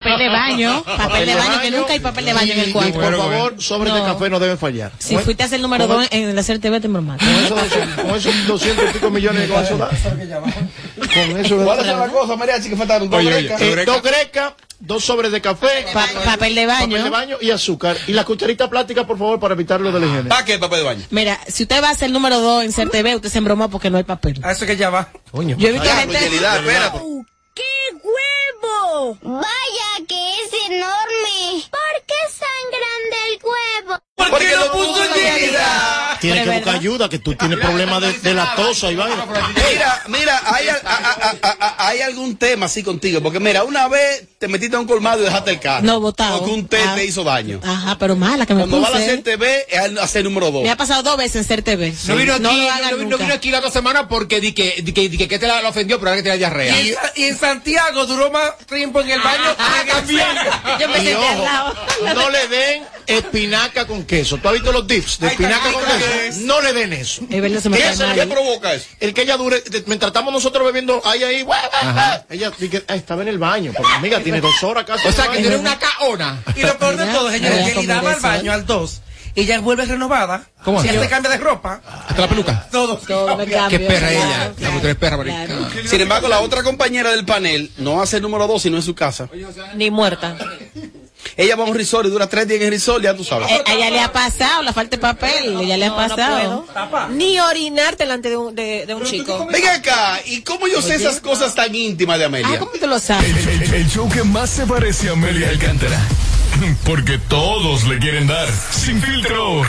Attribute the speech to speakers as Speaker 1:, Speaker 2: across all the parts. Speaker 1: de baño,
Speaker 2: Pues
Speaker 1: papel de baño, que nunca hay papel de baño en el
Speaker 3: Y
Speaker 1: cuarto.
Speaker 3: por favor, sobres de
Speaker 1: No.
Speaker 3: café no deben fallar.
Speaker 1: Si fuiste a hacer el número
Speaker 3: ¿Cómo?
Speaker 1: 2 en la CRTV, te bromaste.
Speaker 3: Con esos 200 con esos 200 y pico millones de cosas. Con eso de
Speaker 4: ¿Cuáles son las cosas, mariachi, que faltaron?
Speaker 5: Oye, oye,
Speaker 4: Greca.
Speaker 5: eh,
Speaker 3: Eh, dos grecas, dos sobres de café,
Speaker 1: Pa- papel de baño.
Speaker 3: papel de baño y azúcar. Y la cucharita plástica, por favor, para evitar lo de la higiene.
Speaker 5: ¿Para qué papel de baño?
Speaker 1: Mira, si usted va a hacer el número 2 en CRTV, usted se embromó porque no hay papel.
Speaker 4: A eso que ya va.
Speaker 1: Yo he visto
Speaker 5: Ah,
Speaker 1: gente...
Speaker 5: Yelida, espérate.
Speaker 6: ¡Qué huevo! Vaya que es enorme. ¿Por qué es tan grande el huevo?
Speaker 5: Porque lo puso Yelida.
Speaker 1: Pero
Speaker 3: Tienes que
Speaker 1: es
Speaker 3: buscar
Speaker 1: verdad.
Speaker 3: ayuda, que tú tienes problemas de, de la tosa, Iván.
Speaker 5: Mira, mira, hay, a- a- a- a- a- hay algún tema así contigo. Porque mira, una vez te metiste a un colmado y dejaste el carro.
Speaker 1: No, botado.
Speaker 5: Porque un té
Speaker 1: Ah.
Speaker 5: te hizo daño.
Speaker 1: Ajá, pero mala que me
Speaker 5: Cuando va a la
Speaker 1: puse.
Speaker 5: CTV, es a hacer número dos.
Speaker 1: Me ha pasado dos veces en CRTV.
Speaker 7: No vino aquí,
Speaker 1: lo
Speaker 7: no-
Speaker 1: hagan
Speaker 7: no, vino- no
Speaker 1: nunca.
Speaker 7: vino aquí la otra semana porque di que, di que, di que, que te la, la ofendió, pero ahora que te la diarrea.
Speaker 4: Y, y en Santiago duró más tiempo en el baño
Speaker 3: Ah,
Speaker 4: que en el avión.
Speaker 1: Yo me
Speaker 3: Y
Speaker 1: senté al
Speaker 3: ojo,
Speaker 1: lado.
Speaker 3: no le den espinaca con queso. ¿Tú has visto los dips de espinaca con queso? No le den eso.
Speaker 1: Es verdad, se me
Speaker 3: ¿Qué
Speaker 1: cae
Speaker 3: es el
Speaker 1: mal.
Speaker 3: que
Speaker 5: ¿Qué provoca eso?
Speaker 3: El que ella dure, de- mientras estamos nosotros bebiendo ahí, ahí, guau, guau, guau, ella dice, "Ah, estaba en el baño, porque amiga tiene dos horas casi.
Speaker 7: O sea, que
Speaker 3: en
Speaker 7: tú
Speaker 3: el
Speaker 7: eres
Speaker 3: baño.
Speaker 7: una caona.
Speaker 4: Y lo peor de todo, señores,
Speaker 1: Mira,
Speaker 4: que
Speaker 1: como
Speaker 4: le daba al
Speaker 1: debe ser.
Speaker 4: baño al 2. Ella vuelve renovada.
Speaker 7: ¿Cómo
Speaker 4: si
Speaker 7: así?
Speaker 4: ella se cambia de ropa,
Speaker 7: Hasta la peluca.
Speaker 4: todo.
Speaker 1: Todo me
Speaker 7: Qué
Speaker 1: cambio,
Speaker 7: perra
Speaker 1: claro,
Speaker 7: ella. La
Speaker 1: claro,
Speaker 7: mujer es perra, marica.
Speaker 1: claro.
Speaker 5: Sin embargo, la otra compañera del panel no hace el número dos, sino en su casa.
Speaker 1: Ni muerta.
Speaker 5: Ella va a un resort y dura tres días en el resort, ya tú sabes.
Speaker 1: Eh, a ella le ha pasado la falta de papel. ella le ha pasado.
Speaker 2: Ni orinar delante de un, de, de un chico.
Speaker 5: Venga acá, ¿y cómo yo sé esas cosas tan íntimas de
Speaker 1: ah,
Speaker 5: Amelia?
Speaker 1: ¿cómo tú lo sabes?
Speaker 8: El, el- el show que más se parece a Amelia Alcántara. Porque todos le quieren dar. Sin filtro.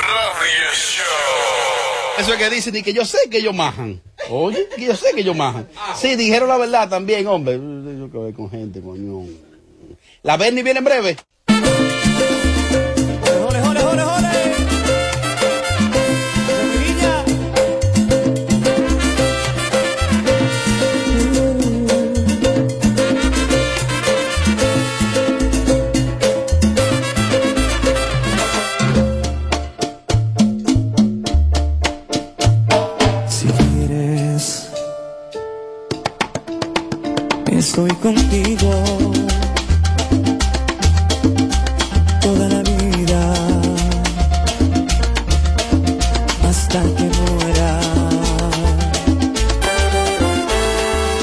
Speaker 5: Eso es que dicen, y que yo sé que ellos majan. Oye, que yo sé que ellos majan. Sí, dijeron la verdad también, hombre. Yo que voy con gente, coño. La Bernie viene en breve.
Speaker 9: Si quieres, estoy contigo toda la vida hasta que muera.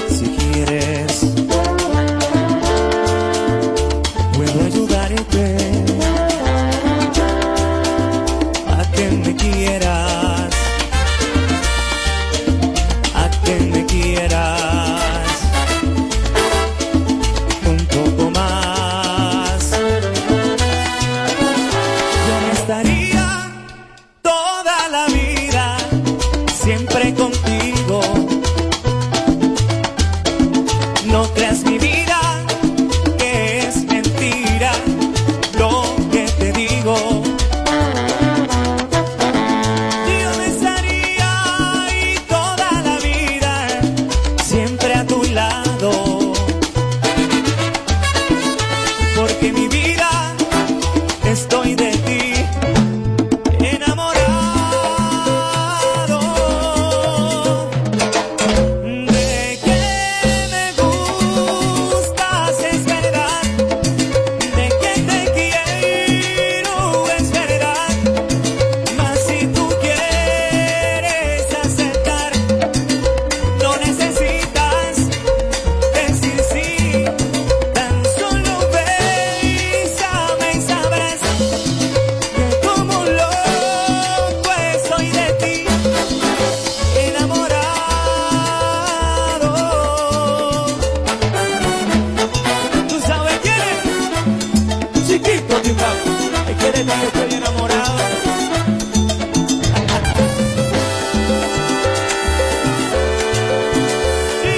Speaker 9: Si quieres, puedo ayudarte a que me quieras a que me quieras un poco más. Yo me estaría toda la vida siempre contigo. No creas mi vida que es mentira lo que te digo. Yo me estaría ahí toda la vida, siempre a tu lado. Porque mi vida, estoy de ti, enamorado. De que me gustas es verdad, de que te quiero es verdad. Mas si tú quieres aceptar, no necesitas decir sí. Tan solo bésame y sabrás que como loco estoy de ti, enamorado. ¿Tú sabes quién es? Chiquito, mi papi. Él quiere decir que estoy enamorado.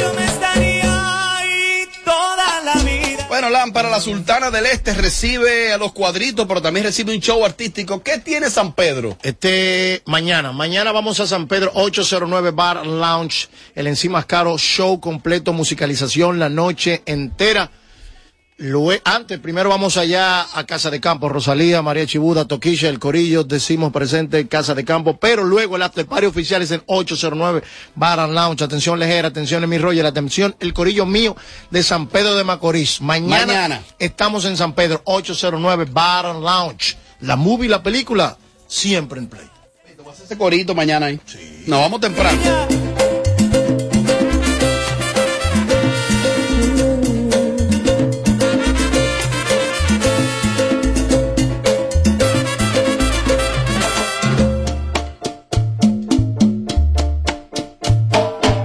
Speaker 9: Yo me estaría ahí toda la vida.
Speaker 5: Bueno, Lámpara, la Sultana del Este recibe a los cuadritos, pero también recibe un show artístico. ¿Qué tiene San Pedro?
Speaker 3: Este, mañana, mañana vamos a San Pedro 809 Bar Lounge, el Encimas Caro, show completo, musicalización la noche entera. Lue- antes, primero vamos allá a Casa de Campo, Rosalía, María Chibuda, Toquilla, El Corillo, decimos presente Casa de Campo, pero luego el after party oficial es en 809 Bar and Lounge. Atención Lejera, atención mi Roger, atención El Corillo mío de San Pedro de Macorís. Mañana,
Speaker 5: Mañana.
Speaker 3: estamos en San Pedro, 809 Bar and Lounge. La movie, la película, siempre en play.
Speaker 5: Ese corito mañana ahí. Nos vamos temprano.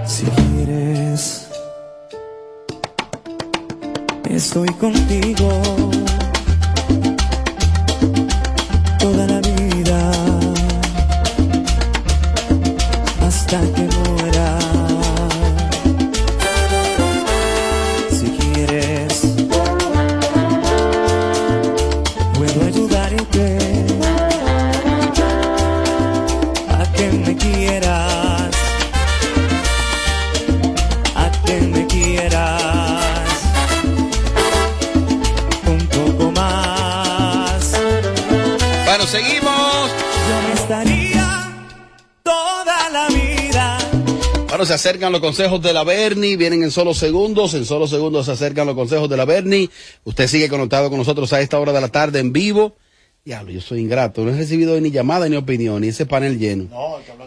Speaker 9: Si quieres, estoy contigo toda la vida hasta que muera. Si quieres, puedo ayudarte a que me quieras a que me quieras un poco más.
Speaker 4: Bueno, seguimos.
Speaker 9: Yo me estaría toda la vida.
Speaker 5: Bueno, se acercan los consejos de la Berni, vienen en solo segundos, en solo segundos se acercan los consejos de la Berni. Usted sigue conectado con nosotros a esta hora de la tarde en vivo. Diablo, yo soy ingrato, no he recibido ni llamada ni opinión, ni ese panel lleno.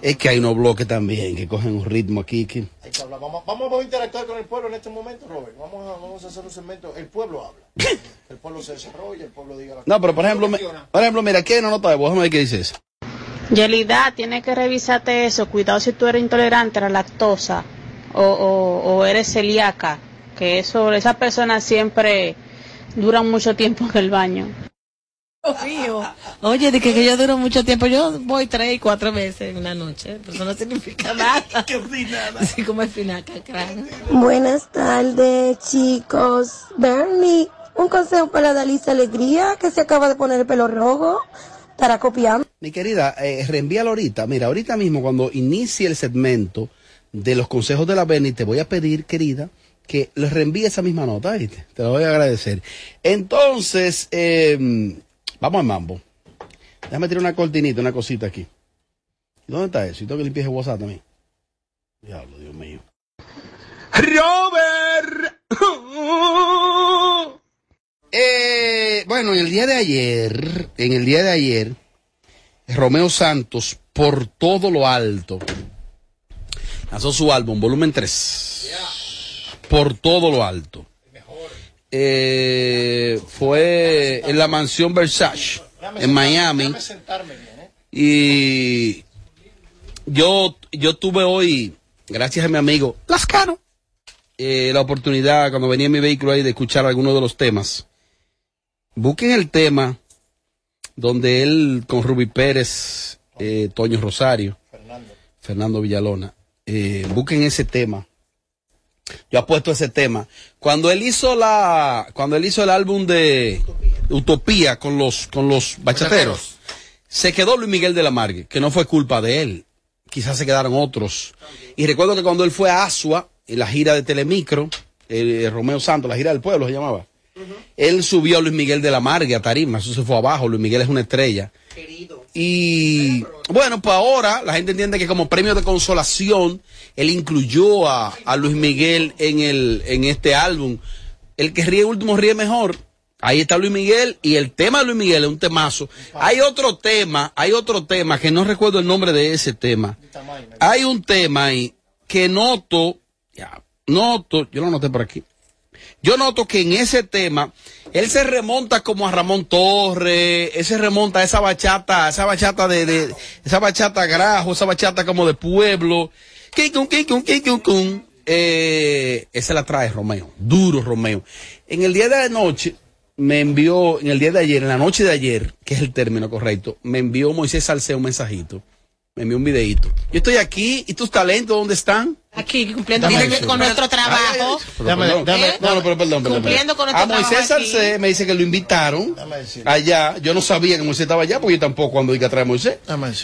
Speaker 5: es que hay unos bloques también que cogen un ritmo aquí. Que...
Speaker 3: Hay que hablar. Vamos, vamos a interactuar con el pueblo en este momento, Robert. Vamos a, vamos a hacer un segmento. El pueblo habla. El pueblo se desarrolla, el pueblo diga la
Speaker 5: No, pero por ejemplo, me- por ejemplo, mira, aquí hay una nota de voz, déjame ver qué dice eso.
Speaker 10: Yelida, tienes que revisarte eso. Cuidado si tú eres intolerante a la lactosa o, o- o eres celíaca, que eso, esas personas siempre duran mucho tiempo en el baño.
Speaker 1: Oye, de que, que yo duro mucho tiempo. Yo voy tres y cuatro veces en una noche. Pero eso no significa nada. Así como es finaca, cráneo.
Speaker 6: Buenas tardes, chicos. Bernie, un consejo para Dalisa Alegría, que se acaba de poner el pelo rojo. Estará copiando.
Speaker 5: Mi querida, eh, reenvíalo ahorita. Mira, ahorita mismo cuando inicie el segmento de los consejos de la Berni, te voy a pedir, querida, que les reenvíe esa misma nota, ¿viste? Te lo voy a agradecer. Entonces, eh, vamos al mambo. Déjame tirar una cortinita, una cosita aquí. ¿Dónde está eso? Y tengo que limpiar el WhatsApp también. Diablo, Dios mío.
Speaker 4: Robert.
Speaker 5: Eh, bueno, en el día de ayer, en el día de ayer, Romeo Santos, por todo lo alto, lanzó su álbum, volumen 3. Por todo lo alto. Eh, fue en la mansión Versace, en Miami. Y yo, yo tuve hoy, gracias a mi amigo Lascano, eh, la oportunidad cuando venía en mi vehículo ahí de escuchar algunos de los temas. Busquen el tema donde él con Ruby Pérez, eh, Toño Rosario, Fernando Villalona, eh, busquen ese tema. Yo apuesto ese tema. Cuando él hizo la, cuando él hizo el álbum de Utopía, con los, con los bachateros, se quedó Luis Miguel de la Margue, que no fue culpa de él. Quizás se quedaron otros. Y recuerdo que cuando él fue a Asua, en la gira de Telemicro, eh, Romeo Santos, la gira del pueblo se llamaba. Él subió a Luis Miguel de la Margue a Tarima, eso se fue abajo, Luis Miguel es una estrella. Y bueno, pues ahora la gente entiende que como premio de consolación, él incluyó a, a Luis Miguel en, el, en este álbum. El que ríe último ríe mejor. Ahí está Luis Miguel y el tema de Luis Miguel es un temazo. Hay otro tema, hay otro tema que no recuerdo el nombre de ese tema. Hay un tema ahí que noto, ya, noto, yo lo noté por aquí. Yo noto que en ese tema, él se remonta como a Ramón Torres, él se remonta a esa bachata, a esa bachata de, de- esa bachata grajo, esa bachata como de pueblo. Kikun, kikun, kikun, kun. Eh, esa la trae Romeo, duro Romeo. En el día de anoche, me envió, en el día de ayer, en la noche de ayer, que es el término correcto, me envió Moisés Salceo un mensajito, me envió un videito. Yo estoy aquí, ¿y tus talentos dónde están?
Speaker 1: Aquí cumpliendo
Speaker 5: Dame
Speaker 1: con,
Speaker 5: eso.
Speaker 1: con nuestro trabajo. ¿Eh?
Speaker 5: Pero perdón. no, no, pero perdón, perdón,
Speaker 1: Cumpliendo
Speaker 5: perdón.
Speaker 1: con nuestro
Speaker 5: A Moisés
Speaker 1: trabajo aquí.
Speaker 5: Salcé me dice que lo invitaron allá. Yo no sabía que Moisés estaba allá, porque yo tampoco ando dije atrás de Moisés.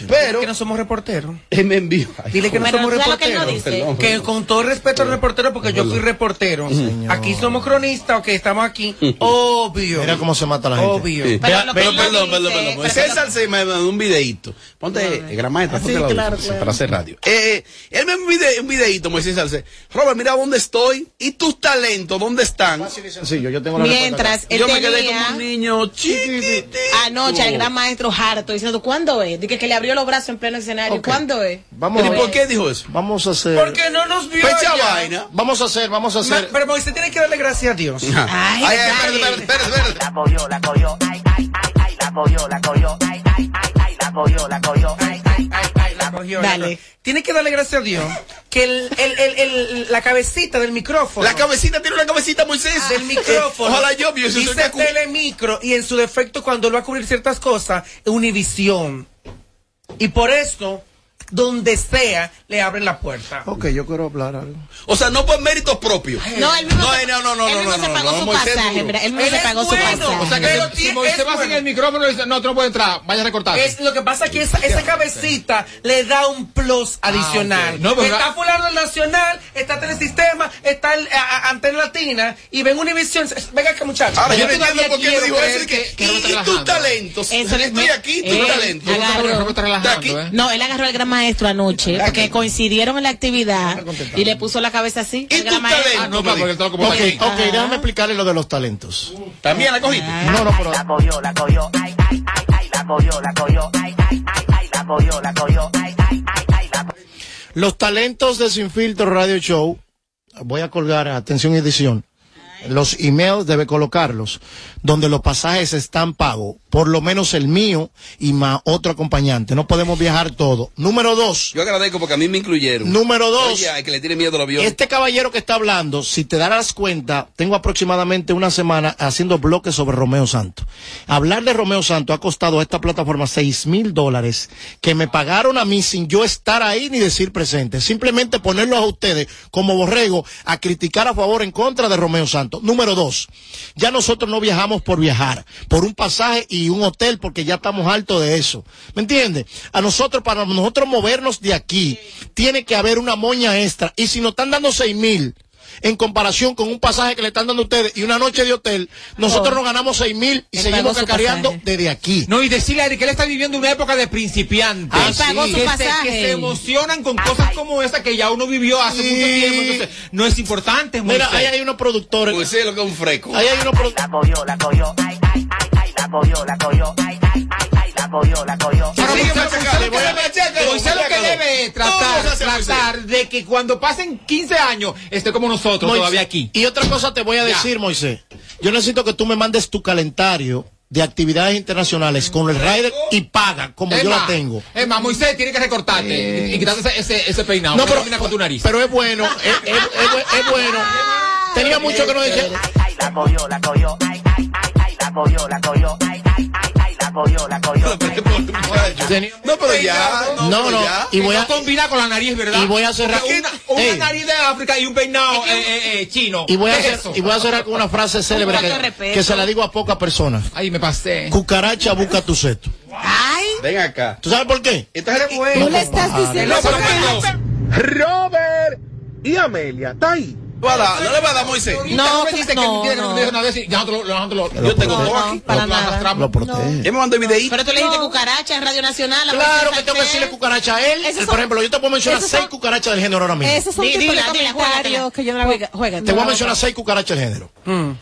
Speaker 5: Pero
Speaker 4: que no somos reporteros.
Speaker 5: él me envió. Ay,
Speaker 4: Dile que no
Speaker 5: joder.
Speaker 4: somos reporteros.
Speaker 5: Perdón,
Speaker 4: que
Speaker 5: perdón.
Speaker 4: con todo respeto al reportero, porque yo fui reportero. Aquí somos cronistas, ok, estamos aquí. Obvio.
Speaker 3: Mira cómo se mata la gente.
Speaker 4: Obvio.
Speaker 5: Sí.
Speaker 1: Pero
Speaker 5: Vea-
Speaker 1: lo que
Speaker 5: vea-
Speaker 1: él no
Speaker 5: perdón,
Speaker 1: dice,
Speaker 5: perdón, perdón.
Speaker 1: pero
Speaker 5: Moisés
Speaker 1: que lo-
Speaker 5: Salcé me mandó un videíto. Ponte, eh, gran maestra, ponte la
Speaker 1: claro,
Speaker 5: audio,
Speaker 1: claro.
Speaker 5: para hacer radio. Eh, él me envió un vide- un videíto, Moisés Salcé. Robert, mira dónde estoy y tus talentos, ¿dónde están?
Speaker 3: Fácil y sencillo, yo tengo la
Speaker 1: Mientras él
Speaker 5: Yo me quedé
Speaker 1: tenía
Speaker 5: como un niño chiquitito.
Speaker 1: anoche el gran maestro harto diciendo, ¿cuándo es? Dije que le abrió los brazos en pleno escenario.
Speaker 3: Ok.
Speaker 1: ¿Cuándo es?
Speaker 3: Vamos a
Speaker 5: ¿Y
Speaker 3: ver.
Speaker 5: por qué dijo eso?
Speaker 3: Vamos a hacer.
Speaker 4: Porque no nos vio.
Speaker 5: Fecha
Speaker 4: allá.
Speaker 5: vaina.
Speaker 3: Vamos a hacer, vamos a
Speaker 4: Ma-
Speaker 3: hacer.
Speaker 4: Pero Moisés tiene que darle gracias a Dios.
Speaker 5: Ah.
Speaker 1: Ay,
Speaker 5: Ay, ay,
Speaker 1: dale.
Speaker 5: espérate, espérate, espérate, espérate.
Speaker 9: La cogió, la cogió, ay, ay, ay, ay, la cogió, la cogió, ay, ay, ay, ay, la cogió, la cogió, ay, ay, ay, ay, la cogió.
Speaker 4: Dios,
Speaker 1: Dale.
Speaker 4: Tiene que darle gracias a Dios que el, el, el, el- la cabecita del micrófono.
Speaker 5: La cabecita tiene una cabecita, Moisés. Eh,
Speaker 4: del micrófono.
Speaker 5: Ojalá yo viese eso.
Speaker 4: Dice telemicro y en su defecto cuando lo va a cubrir ciertas cosas, Univisión. Y por eso, donde sea, le abren la puerta.
Speaker 3: Ok, yo quiero hablar algo.
Speaker 5: O sea, no por méritos propios.
Speaker 1: No, él mismo,
Speaker 5: No, eh,
Speaker 7: eh,
Speaker 1: se-
Speaker 5: no, no, no,
Speaker 1: él
Speaker 5: no,
Speaker 1: mismo
Speaker 5: no,
Speaker 1: se
Speaker 5: no,
Speaker 1: pagó
Speaker 5: no,
Speaker 1: su
Speaker 5: Moisés
Speaker 1: pasaje,
Speaker 5: duro.
Speaker 1: mira, él mismo
Speaker 4: Él
Speaker 1: se
Speaker 4: es
Speaker 1: pagó su
Speaker 4: bueno,
Speaker 1: pasaje.
Speaker 4: o sea que- Pero
Speaker 7: si, si
Speaker 4: tiene-
Speaker 7: Moisés
Speaker 4: es
Speaker 7: va sin
Speaker 4: bueno.
Speaker 7: el micrófono, le dice, no, tú no puedes entrar, vaya a recortar.
Speaker 4: Es, lo que pasa es que esa, esa cabecita le da un plus adicional.
Speaker 7: ok. No, pero-
Speaker 4: está fulano del Nacional, está Telesistema, está el, a- a- Antena Latina y ven Univisión. Venga acá muchachos.
Speaker 5: Ahora, yo
Speaker 7: Yo
Speaker 5: no entiendo
Speaker 7: todavía
Speaker 5: por qué le
Speaker 7: quiero
Speaker 5: dijo
Speaker 7: creer
Speaker 5: eso. y
Speaker 7: que-
Speaker 5: que-
Speaker 7: que no me está
Speaker 5: Y y tus
Speaker 7: relajando.
Speaker 5: talentos.
Speaker 1: Eso es-
Speaker 5: Estoy aquí,
Speaker 1: Eh,
Speaker 5: tus talentos.
Speaker 1: agarra-
Speaker 7: Pero no está relajando,
Speaker 5: Aquí.
Speaker 7: ¿eh?
Speaker 1: No, él agarró al gran maestro anoche porque coincidieron en la actividad y le puso la cabeza así.
Speaker 5: ¿Y
Speaker 1: al gran
Speaker 5: tu
Speaker 1: maestro.
Speaker 5: talento?
Speaker 7: Ah, no, claro, porque está
Speaker 3: Ok,
Speaker 7: como para aquí.
Speaker 3: ok, déjame explicarle lo de los talentos.
Speaker 5: También la cogiste.
Speaker 3: No, no, pero.
Speaker 9: La cogió, la cogió, ay, ay, ay, ay, la cogió, la cogió, ay, ay, ay, ay, la cogió, la cogió, ay, ay, ay, ay, la cogió.
Speaker 3: Los talentos de Sin Filtro Radio Show, voy a colgar, atención edición, los emails debe colocarlos, donde los pasajes están pagos, por lo menos el mío y más otro acompañante. No podemos viajar todo. Número dos,
Speaker 5: Yo agradezco porque a mí me incluyeron.
Speaker 3: número dos.
Speaker 5: Oye, ay, que le tiene miedo a los aviones.
Speaker 3: Este caballero que está hablando, si te darás cuenta, tengo aproximadamente una semana haciendo bloques sobre Romeo Santo. Hablar de Romeo Santo ha costado a esta plataforma seis mil dólares que me pagaron a mí sin yo estar ahí ni decir presente. Simplemente ponerlos a ustedes como borrego a criticar a favor en contra de Romeo Santo. Número dos, ya nosotros no viajamos por viajar, por un pasaje y un hotel porque ya estamos altos de eso. ¿Me entiendes? A nosotros, para nosotros movernos de aquí, tiene que haber una moña extra. Y si nos están dando seis mil, en comparación con un pasaje que le están dando a ustedes y una noche de hotel, nosotros
Speaker 1: Oh.
Speaker 3: nos ganamos seis mil y
Speaker 1: Él
Speaker 3: seguimos
Speaker 1: pagó su
Speaker 3: cacareando
Speaker 1: pasaje.
Speaker 3: desde aquí.
Speaker 7: No, y decirle a Ari que él está viviendo una época de principiantes.
Speaker 1: Él Ah, pagó su
Speaker 7: que, se,
Speaker 1: pasaje.
Speaker 7: que se emocionan con cosas como esa que ya uno vivió hace
Speaker 3: Sí.
Speaker 7: mucho tiempo. Entonces, no es importante,
Speaker 3: Mira, ahí
Speaker 7: Moisés.
Speaker 3: hay unos productores.
Speaker 5: Moisés lo que Pues es un freco.
Speaker 3: Ahí hay unos pro-
Speaker 9: La cogió, la cogió, ay, ay, ay, ay, la cogió, la cogió, ay, ay, ay, ay, la cogió, la cogió.
Speaker 7: Pero
Speaker 5: Sigue
Speaker 7: Moisés,
Speaker 5: machacando,
Speaker 7: Moisés lo que debe-
Speaker 5: machácalo,
Speaker 7: Moisés lo que
Speaker 5: machácalo.
Speaker 7: debe es
Speaker 5: Todo
Speaker 7: tratar,
Speaker 5: lo hace Moisés.
Speaker 7: tratar de que cuando pasen 15 años esté como nosotros
Speaker 3: Moisés,
Speaker 7: todavía aquí.
Speaker 3: Y otra cosa te voy a
Speaker 7: Ya.
Speaker 3: decir, Moisés. Yo necesito que tú me mandes tu calendario de actividades internacionales con el rider y paga, como
Speaker 7: Es
Speaker 3: yo la
Speaker 7: más,
Speaker 3: tengo. Eh.
Speaker 7: Es más, Moisés tiene que recortarte y, y quitarte ese, ese, ese peinado.
Speaker 3: No,
Speaker 7: No,
Speaker 3: pero,
Speaker 7: pero termina con tu nariz.
Speaker 3: pero es bueno, es, es- es bu- es bueno. Tenía mucho que no decía.
Speaker 9: Ay, ay, la cogió, la cogió, ay, ay, ay, ay, la cogió, la cogió, ay, ay, ay, ay, la cogió, la
Speaker 5: Pero,
Speaker 9: cogió.
Speaker 5: pero, pero, muchacho.
Speaker 3: Tenía-
Speaker 5: No, pero ya.
Speaker 3: No, no,
Speaker 5: ya.
Speaker 3: y voy
Speaker 7: no
Speaker 3: a,
Speaker 7: combina con la nariz, ¿verdad?
Speaker 3: y voy a cerrar-
Speaker 7: Porque Una, una
Speaker 3: Ey.
Speaker 7: nariz de África y un peinado eh, eh, eh, chino.
Speaker 3: y voy a
Speaker 7: ¿Qué es
Speaker 3: hacer,
Speaker 7: eso?
Speaker 3: y voy a cerrar con una frase célebre
Speaker 1: falta de
Speaker 3: que,
Speaker 1: respeto.
Speaker 3: que se la digo a pocas personas.
Speaker 7: Ay, eh. me pasé.
Speaker 3: Cucaracha busca tu seto.
Speaker 1: Ay,
Speaker 5: Ven acá.
Speaker 3: ¿Tú sabes por qué?
Speaker 5: Esta es la
Speaker 2: Tú le estás diciendo
Speaker 5: No, pero
Speaker 2: eso.
Speaker 5: perdón.
Speaker 11: Robert y Amelia, está ahí.
Speaker 5: No le va a dar, No le va a dar, Moisés.
Speaker 1: No, pues
Speaker 7: me dijiste
Speaker 1: no,
Speaker 7: que
Speaker 1: no.
Speaker 7: me dijo una vez y nosotros lo nosotros lo-
Speaker 5: Yo tengo
Speaker 1: no,
Speaker 5: dos aquí.
Speaker 1: para
Speaker 7: lo
Speaker 1: nada.
Speaker 7: arrastramos.
Speaker 3: Lo protege.
Speaker 5: Él me mandó el videíto.
Speaker 1: Pero tú le dijiste cucaracha en Radio Nacional. a
Speaker 3: Claro
Speaker 1: Moisés
Speaker 3: que tengo que
Speaker 1: Salcé.
Speaker 3: decirle cucaracha a él.
Speaker 2: Esos
Speaker 3: Él,
Speaker 2: son-
Speaker 3: Por ejemplo, yo te puedo mencionar
Speaker 2: esos
Speaker 3: seis
Speaker 2: son-
Speaker 3: cucarachas del género ahora mismo.
Speaker 2: Esos son
Speaker 1: Di-
Speaker 2: tipos de
Speaker 1: dila, dila,
Speaker 2: comentarios que yo no la juega.
Speaker 3: Te voy a mencionar seis cucarachas del género.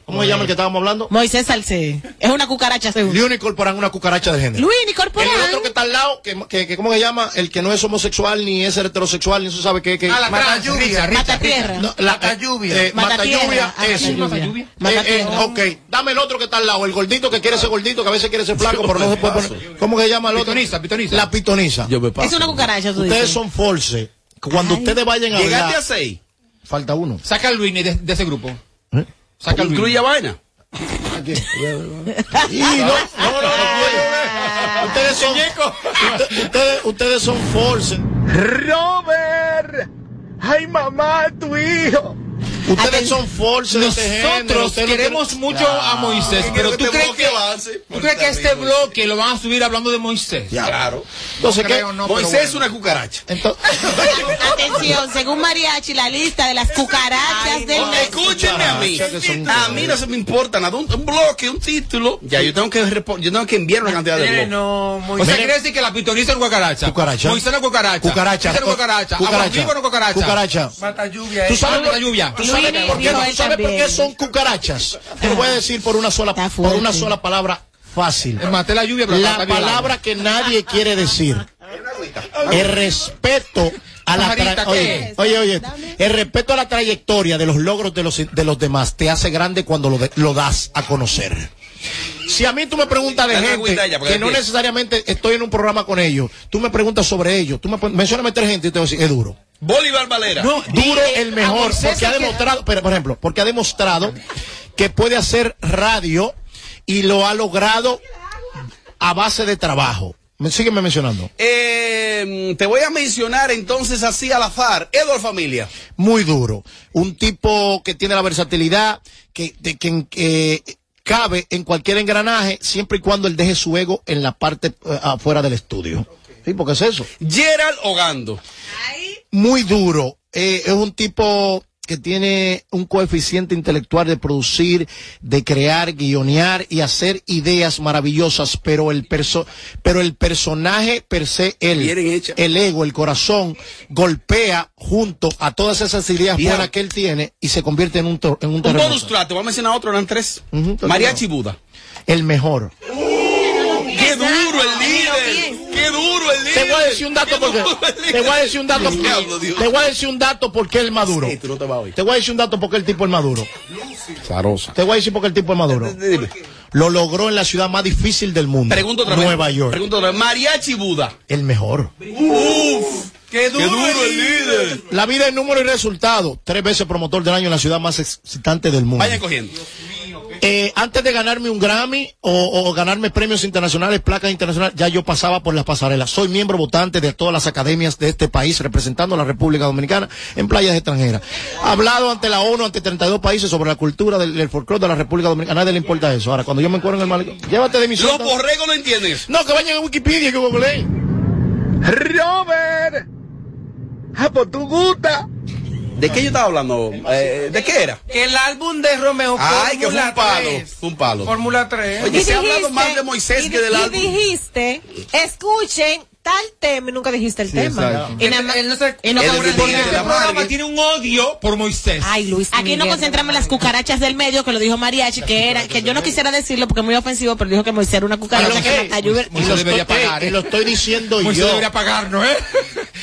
Speaker 3: ¿Cómo se llama el que estábamos hablando?
Speaker 1: Mm. Moisés Salcé. Es una cucaracha seguro.
Speaker 3: León incorporan una cucaracha del género.
Speaker 1: Luis
Speaker 3: El
Speaker 1: Nicorporán.
Speaker 3: otro que está al lado, que, que, que ¿cómo se llama? El que no es homosexual ni es heterosexual, ni se sabe qué. Que,
Speaker 7: Ah, la
Speaker 3: Mata-
Speaker 7: trans, Richard,
Speaker 1: Mata
Speaker 7: Richard,
Speaker 1: tierra.
Speaker 3: no, la-
Speaker 4: Mata lluvia.
Speaker 3: eh,
Speaker 1: Mata
Speaker 3: mata
Speaker 1: tierra.
Speaker 3: lluvia,
Speaker 1: Ah,
Speaker 3: eso.
Speaker 1: mata lluvia.
Speaker 3: Eh,
Speaker 1: Mata
Speaker 3: eh,
Speaker 1: tierra.
Speaker 3: ok, dame el otro que está al lado, el gordito que quiere ser gordito, que a veces quiere ser flaco, pero no se puede poner. ¿Cómo que se llama el otro?
Speaker 7: Pitoniza, pitoniza.
Speaker 3: La pitoniza.
Speaker 5: Yo me paso.
Speaker 1: Es una cucaracha, tú
Speaker 3: Ustedes
Speaker 1: dices.
Speaker 3: son force. Cuando ustedes vayan a
Speaker 5: Llegaste
Speaker 3: hablar,
Speaker 5: a seis.
Speaker 3: falta uno.
Speaker 7: Saca a Luini de, de ese grupo.
Speaker 3: ¿Eh?
Speaker 7: Saca a Luini.
Speaker 5: Incluye vaina.
Speaker 3: Y no, no, no, no. Ustedes son, ustedes, ustedes son force.
Speaker 11: Robert Ay, mamá, tu hijo.
Speaker 3: Ustedes son forces de este género,
Speaker 7: Nosotros
Speaker 3: ustedes no
Speaker 7: queremos
Speaker 3: creen-
Speaker 7: mucho a
Speaker 3: Claro.
Speaker 7: Moisés,
Speaker 3: Quiero
Speaker 7: pero
Speaker 3: que
Speaker 7: tú
Speaker 3: este
Speaker 7: crees
Speaker 3: bloque
Speaker 7: que,
Speaker 3: avance.
Speaker 7: tú crees que este bloque lo van a subir hablando de Moisés.
Speaker 3: claro.
Speaker 7: Entonces,
Speaker 3: ¿qué?
Speaker 1: Moisés
Speaker 7: es una cucaracha.
Speaker 1: Atención, según Mariachi, la lista de las cucarachas del
Speaker 5: No,
Speaker 1: mes.
Speaker 5: Escúchenme a mí. A mí no se me importa nada. Un, un bloque, un título. Ya, yo tengo que repo- yo tengo que enviar una cantidad de bloques.
Speaker 4: Eh, No,
Speaker 7: O sea, quiere decir que la pitoniza es una cucaracha.
Speaker 3: Cucaracha.
Speaker 7: Moisés es una cucaracha.
Speaker 3: Cucaracha.
Speaker 7: Moisés es una
Speaker 3: Cucaracha.
Speaker 7: cucaracha. Agua viva es una cucaracha.
Speaker 3: Cucaracha.
Speaker 4: Mata lluvia. eh.
Speaker 3: ¿Tú sabes,
Speaker 7: Ah, la lluvia.
Speaker 3: ¿tú sabes
Speaker 7: Luis
Speaker 3: por, qué,
Speaker 7: dijo
Speaker 3: ¿tú
Speaker 7: él
Speaker 3: sabes por
Speaker 7: también.
Speaker 3: qué son cucarachas? Te lo voy a decir por una sola, por una sola palabra fácil.
Speaker 7: Maté la lluvia, pero
Speaker 3: la
Speaker 7: está violando.
Speaker 3: palabra que nadie quiere decir. El respeto a la
Speaker 7: Pajarita,
Speaker 3: tra-
Speaker 7: ¿qué
Speaker 3: oye,
Speaker 7: es?
Speaker 3: oye, oye, el respeto a la trayectoria de los logros de los, de los demás te hace grande cuando lo, de- lo das a conocer. Si a mí tú me preguntas de
Speaker 5: Dale una
Speaker 3: gente
Speaker 5: agüita a ella, porque
Speaker 3: que no
Speaker 5: empieza.
Speaker 3: necesariamente estoy en un programa con ellos, tú me preguntas sobre ellos, tú me pon- mencióname tres gente y te voy a decir, es duro.
Speaker 5: Bolívar Valera.
Speaker 3: No, Duro el mejor, porque ha demostrado, pero, por ejemplo, porque ha demostrado que puede hacer radio y lo ha logrado a base de trabajo. Me- Sígueme mencionando.
Speaker 5: Eh, te voy a mencionar entonces así al azar. Edward Familia.
Speaker 3: Muy duro. Un tipo que tiene la versatilidad, que, de, que eh, cabe en cualquier engranaje, siempre y cuando él deje su ego en la parte eh, afuera del estudio. Sí, porque es eso.
Speaker 5: Gerald Ogando.
Speaker 3: muy duro. Eh, es un tipo que tiene un coeficiente intelectual de producir, de crear, guionear y hacer ideas maravillosas, pero el perso pero el personaje per se él, el ego, el corazón golpea junto a todas esas ideas
Speaker 5: Bien.
Speaker 3: buenas que él tiene y se convierte en un tor- en un
Speaker 5: Un
Speaker 3: terremoto.
Speaker 5: bonus trato. Vamos a mencionar otro, eran tres.
Speaker 3: Ujú, todo
Speaker 5: Mariachi
Speaker 3: bien.
Speaker 5: Buda.
Speaker 3: El mejor.
Speaker 5: ¡Qué duro el líder! ¡Qué duro el líder!
Speaker 3: Te voy a decir un dato porque te voy a decir un dato
Speaker 5: Diablo, Dios.
Speaker 3: te voy a decir un dato porque él maduro.
Speaker 5: Sí, tú no te vas a oír.
Speaker 3: Te voy a decir un dato porque el tipo es maduro.
Speaker 5: Zarosa.
Speaker 3: Te voy a decir porque el tipo es maduro.
Speaker 5: Dime.
Speaker 3: Lo logró en la ciudad más difícil del mundo.
Speaker 5: Pregunto otra vez.
Speaker 3: Nueva York.
Speaker 5: Pregunto otra vez. Mariachi Buda.
Speaker 3: El mejor.
Speaker 5: ¡Uf!
Speaker 4: ¡Qué
Speaker 5: duro, el líder!
Speaker 3: La vida es número y resultado. Tres veces promotor del año en la ciudad más excitante del mundo.
Speaker 5: Vayan cogiendo.
Speaker 3: Eh, antes de ganarme un Grammy o, o ganarme premios internacionales, placas internacionales, ya yo pasaba por las pasarelas. Soy miembro votante de todas las academias de este país, representando a la República Dominicana en playas extranjeras. Hablado ante la ONU, ante 32 países sobre la cultura del, del folclore de la República Dominicana. A nadie le importa eso. Ahora, cuando yo me encuentro en el malecón, llévate de mi
Speaker 5: Los
Speaker 3: sueldo.
Speaker 5: borregos no entienden eso.
Speaker 3: No, que vayan a Wikipedia y que googleen.
Speaker 11: Robert. Ah, pues tú gusta.
Speaker 5: ¿De qué yo estaba hablando? Eh, ¿De qué era?
Speaker 4: Que el álbum de Romeo
Speaker 5: Ay, que fue
Speaker 4: Fórmula
Speaker 5: un palo.
Speaker 4: 3.
Speaker 5: Fue un palo.
Speaker 4: Fórmula 3.
Speaker 5: Oye, se ha hablado más de Moisés
Speaker 2: y
Speaker 5: que del
Speaker 2: di- y
Speaker 5: álbum.
Speaker 2: dijiste, escuchen tal tema y nunca dijiste el tema.
Speaker 1: Y nada más-
Speaker 4: Él no se-
Speaker 1: y no
Speaker 5: Él
Speaker 1: cabrón,
Speaker 5: es el
Speaker 1: ni
Speaker 5: líder.
Speaker 1: nada.
Speaker 7: Este
Speaker 5: la
Speaker 7: programa
Speaker 5: madre.
Speaker 7: tiene un odio por Moisés.
Speaker 2: Ay, Luis.
Speaker 1: Aquí nos
Speaker 2: Miguel.
Speaker 1: concentramos en las cucarachas del medio, que lo dijo Mariachi, que era, que yo no quisiera decirlo porque es muy ofensivo, pero dijo que Moisés era una cucaracha.
Speaker 3: Pero,
Speaker 1: que
Speaker 3: ey,
Speaker 1: la lluvia-
Speaker 3: Y
Speaker 7: Moisés
Speaker 3: lo,
Speaker 7: debería
Speaker 3: estoy,
Speaker 7: pagar,
Speaker 3: y
Speaker 7: ¿eh?
Speaker 3: lo estoy diciendo
Speaker 7: Moisés
Speaker 3: yo.
Speaker 7: debería pagarnos, ¿eh?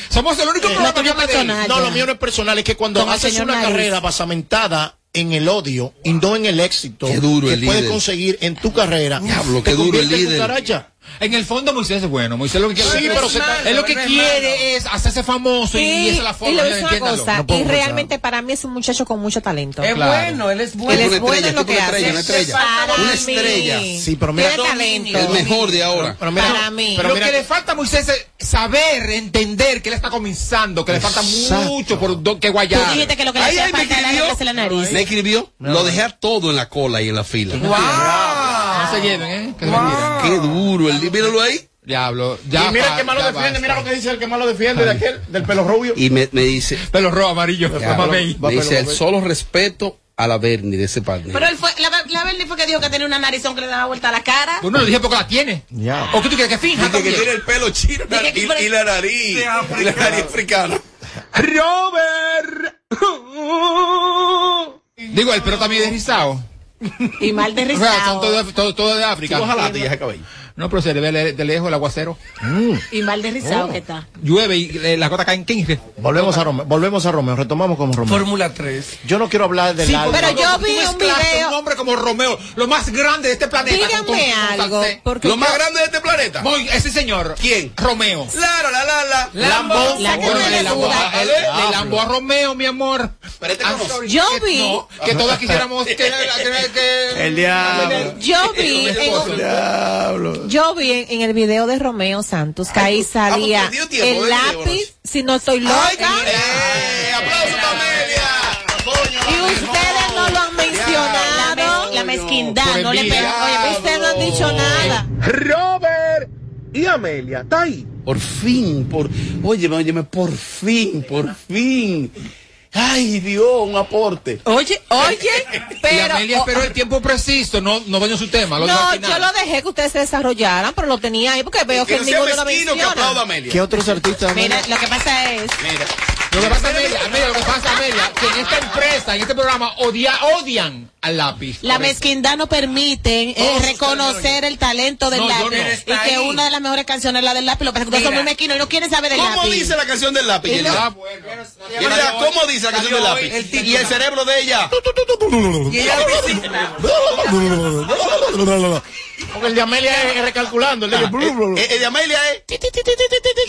Speaker 7: Somos el único
Speaker 1: No,
Speaker 7: programa
Speaker 1: tuyo
Speaker 7: que habla de él.
Speaker 1: personal.
Speaker 3: No,
Speaker 1: ya.
Speaker 3: lo mío no es personal, es que cuando
Speaker 1: Como el
Speaker 3: haces
Speaker 1: señor
Speaker 3: una
Speaker 1: Nariz.
Speaker 3: carrera basamentada en el odio y no en el éxito
Speaker 5: Qué duro
Speaker 3: que
Speaker 5: el
Speaker 3: puedes
Speaker 5: líder.
Speaker 3: conseguir en tu carrera,
Speaker 5: Diablo,
Speaker 3: te
Speaker 5: qué duro el
Speaker 3: conviertes en
Speaker 5: líder.
Speaker 3: cucaracha.
Speaker 7: En el fondo Moisés es bueno. Moisés lo que quiere,
Speaker 3: Sí, pero
Speaker 7: es,
Speaker 3: se está-
Speaker 7: él lo que
Speaker 4: pero no es
Speaker 7: quiere es hacerse famoso y, esa es la
Speaker 2: y
Speaker 7: forma.
Speaker 2: le voy a
Speaker 7: ya,
Speaker 2: decir una
Speaker 7: entiéndalo.
Speaker 2: cosa,
Speaker 3: No puedo
Speaker 2: y
Speaker 3: pensar.
Speaker 2: realmente para mí es un muchacho con mucho talento.
Speaker 4: Es
Speaker 7: Claro.
Speaker 4: bueno, él es
Speaker 2: Él
Speaker 4: bueno.
Speaker 2: es
Speaker 5: una
Speaker 2: bueno
Speaker 5: estrella,
Speaker 2: en lo
Speaker 5: tipo
Speaker 2: que
Speaker 5: una
Speaker 2: hace.
Speaker 5: estrella, una estrella.
Speaker 2: Para
Speaker 5: Una
Speaker 2: mí.
Speaker 5: estrella.
Speaker 3: Sí, pero mira-
Speaker 2: Tiene talento.
Speaker 5: El mejor de ahora.
Speaker 3: Pero mira,
Speaker 2: Para mí.
Speaker 3: pero
Speaker 7: lo
Speaker 3: mira
Speaker 7: que
Speaker 3: que-
Speaker 7: le falta a Moisés es saber, entender que él está comenzando, que le falta
Speaker 3: Exacto.
Speaker 7: mucho por do- que
Speaker 1: Tú
Speaker 7: guayar.
Speaker 1: dijiste que lo que le
Speaker 5: Ay,
Speaker 1: hacía
Speaker 5: ay, me
Speaker 1: falta era
Speaker 5: escribió.
Speaker 1: arreglarse la nariz.
Speaker 5: Me escribió, lo dejé a todo en la cola y en la fila.
Speaker 7: No se lleven, ¿eh? Que se retiren.
Speaker 5: Qué duro el líder. Míralo ahí.
Speaker 7: Diablo. Ya
Speaker 3: y mira
Speaker 7: pa-
Speaker 3: el que más lo
Speaker 7: ya
Speaker 3: defiende,
Speaker 7: basta.
Speaker 3: mira lo que dice el que más lo defiende de aquel, del pelo rubio.
Speaker 5: Y me, me dice,
Speaker 7: Pelo rojo, amarillo.
Speaker 12: pues,
Speaker 5: ya,
Speaker 7: mamá
Speaker 5: me
Speaker 7: May.
Speaker 5: dice, el solo respeto a la Bernie de ese partner.
Speaker 1: Pero él fue, la, la Berni fue que dijo que tenía una narizón que le daba vuelta a la cara.
Speaker 7: Bueno, lo Pues dije porque la tiene.
Speaker 3: Ya.
Speaker 7: ¿O qué tú quieres que finja?
Speaker 5: Dice que
Speaker 7: también?
Speaker 5: tiene el pelo chino
Speaker 1: Dije que
Speaker 5: y,
Speaker 1: por el-
Speaker 5: y la nariz. Y la nariz africana.
Speaker 11: Robert.
Speaker 7: Digo, el pelo también es rizado.
Speaker 1: Y mal
Speaker 7: O sea, son
Speaker 1: derrizado.
Speaker 7: todo, todo- todo de
Speaker 5: Tú
Speaker 7: África.
Speaker 5: ojalá te dejes cabello. Mm.
Speaker 7: No, pero se le ve le- de lejos el aguacero.
Speaker 1: Y mal derrizado
Speaker 7: Oh.
Speaker 5: Oh.
Speaker 1: que está.
Speaker 7: Llueve y eh, las gotas caen 15.
Speaker 3: Volvemos a Romeo, volvemos a Romeo, retomamos como Romeo.
Speaker 4: Fórmula 3.
Speaker 3: Yo no quiero hablar del álbum.
Speaker 2: pero yo vi un video-
Speaker 7: un hombre como Romeo, lo más grande de este planeta. con todo-
Speaker 2: Díganme
Speaker 7: con salsé.
Speaker 2: algo. Porque
Speaker 5: Lo más
Speaker 2: yo-
Speaker 5: grande de este planeta.
Speaker 7: Voy, ese señor.
Speaker 5: ¿Quién?
Speaker 7: Romeo.
Speaker 5: La, la, la, la, la.
Speaker 7: Lambo,
Speaker 2: La que
Speaker 7: Bueno,
Speaker 2: no
Speaker 7: le
Speaker 2: le
Speaker 7: lambó
Speaker 2: suda.
Speaker 7: a- él- le
Speaker 5: ¿eh?
Speaker 7: lambó a Romeo, mi amor.
Speaker 5: Pero este
Speaker 7: I'm
Speaker 5: conoce.
Speaker 7: sorry,
Speaker 2: Yo
Speaker 7: que-
Speaker 2: vi-
Speaker 7: no, que todas quisiéramos que, que- que-
Speaker 3: El diablo.
Speaker 1: Yo vi en un-
Speaker 3: diablo.
Speaker 2: Yo vi en, en el video de Romeo Santos que ahí salía
Speaker 12: perdió tiempo,
Speaker 2: el
Speaker 12: eh,
Speaker 2: lápiz, si no estoy loca. Y ustedes no lo han mencionado. La, mezquindad,
Speaker 11: por
Speaker 2: no le
Speaker 11: envidia.
Speaker 2: pegan. Oye, ustedes no han dicho nada.
Speaker 11: Robert y Amelia, está ahí.
Speaker 5: Por fin, por. Óyeme, óyeme, por fin, por fin. Ay, Dios, un aporte.
Speaker 2: Oye, oye,
Speaker 7: y
Speaker 2: pero.
Speaker 7: Amelia esperó el tiempo preciso, no, no dañó su tema. Lo dejó
Speaker 2: no,
Speaker 7: al final.
Speaker 2: yo lo dejé que ustedes se desarrollaran, pero lo tenía ahí porque veo
Speaker 7: que
Speaker 2: que,
Speaker 7: no sea
Speaker 2: ninguno lo
Speaker 7: mezquino, que
Speaker 2: menciona.
Speaker 7: aplauda a Amelia.
Speaker 3: ¿Qué otros artistas?
Speaker 2: Mira, lo que pasa es.
Speaker 7: Lo que pasa, Amelia, Amelia, lo que pasa, Amelia, que en esta empresa, en este programa, odia, odian al lápiz.
Speaker 1: La
Speaker 7: Correcto.
Speaker 1: mezquindad no permite eh,
Speaker 7: ustedes
Speaker 1: reconocer el talento del
Speaker 7: No, yo
Speaker 1: lápiz.
Speaker 7: no.
Speaker 1: Y
Speaker 7: Está
Speaker 1: que
Speaker 7: ahí.
Speaker 1: una de las mejores canciones es la del lápiz. Lo que pasa es que ustedes son
Speaker 12: Mira.
Speaker 1: muy mezquinos y no quieren saber el lápiz.
Speaker 12: ¿Cómo dice la canción del lápiz?
Speaker 1: Y
Speaker 12: Yelida?
Speaker 5: Ah,
Speaker 1: no-
Speaker 12: Yelida, ¿Cómo dice la canción del lápiz? y el cerebro de ella.
Speaker 3: Y ella Porque el de Amelia es recalculando. Ah, eh, El de,
Speaker 12: El de Amelia es.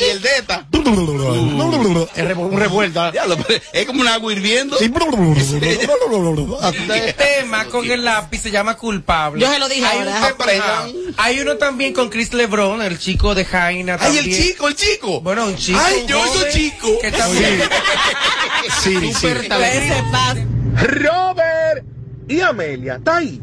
Speaker 12: Y el de esta.
Speaker 3: Es un ¿ah? revuelta.
Speaker 12: Diablo, pero es como un agua hirviendo.
Speaker 4: El tema con el lápiz se llama culpable.
Speaker 12: Yo se lo dije
Speaker 4: Hay
Speaker 12: ahora.
Speaker 4: un tema-
Speaker 12: Aprendan.
Speaker 4: Hay uno también con Chris Lebron, el chico de Jaina.
Speaker 12: Ay, el
Speaker 4: también.
Speaker 12: chico, el chico.
Speaker 4: Bueno, un chico.
Speaker 12: Ay,
Speaker 4: un
Speaker 12: yo, eso
Speaker 4: joven
Speaker 12: chico.
Speaker 4: Que también.
Speaker 3: Sí, sí.
Speaker 4: Robert y Amelia, está ahí.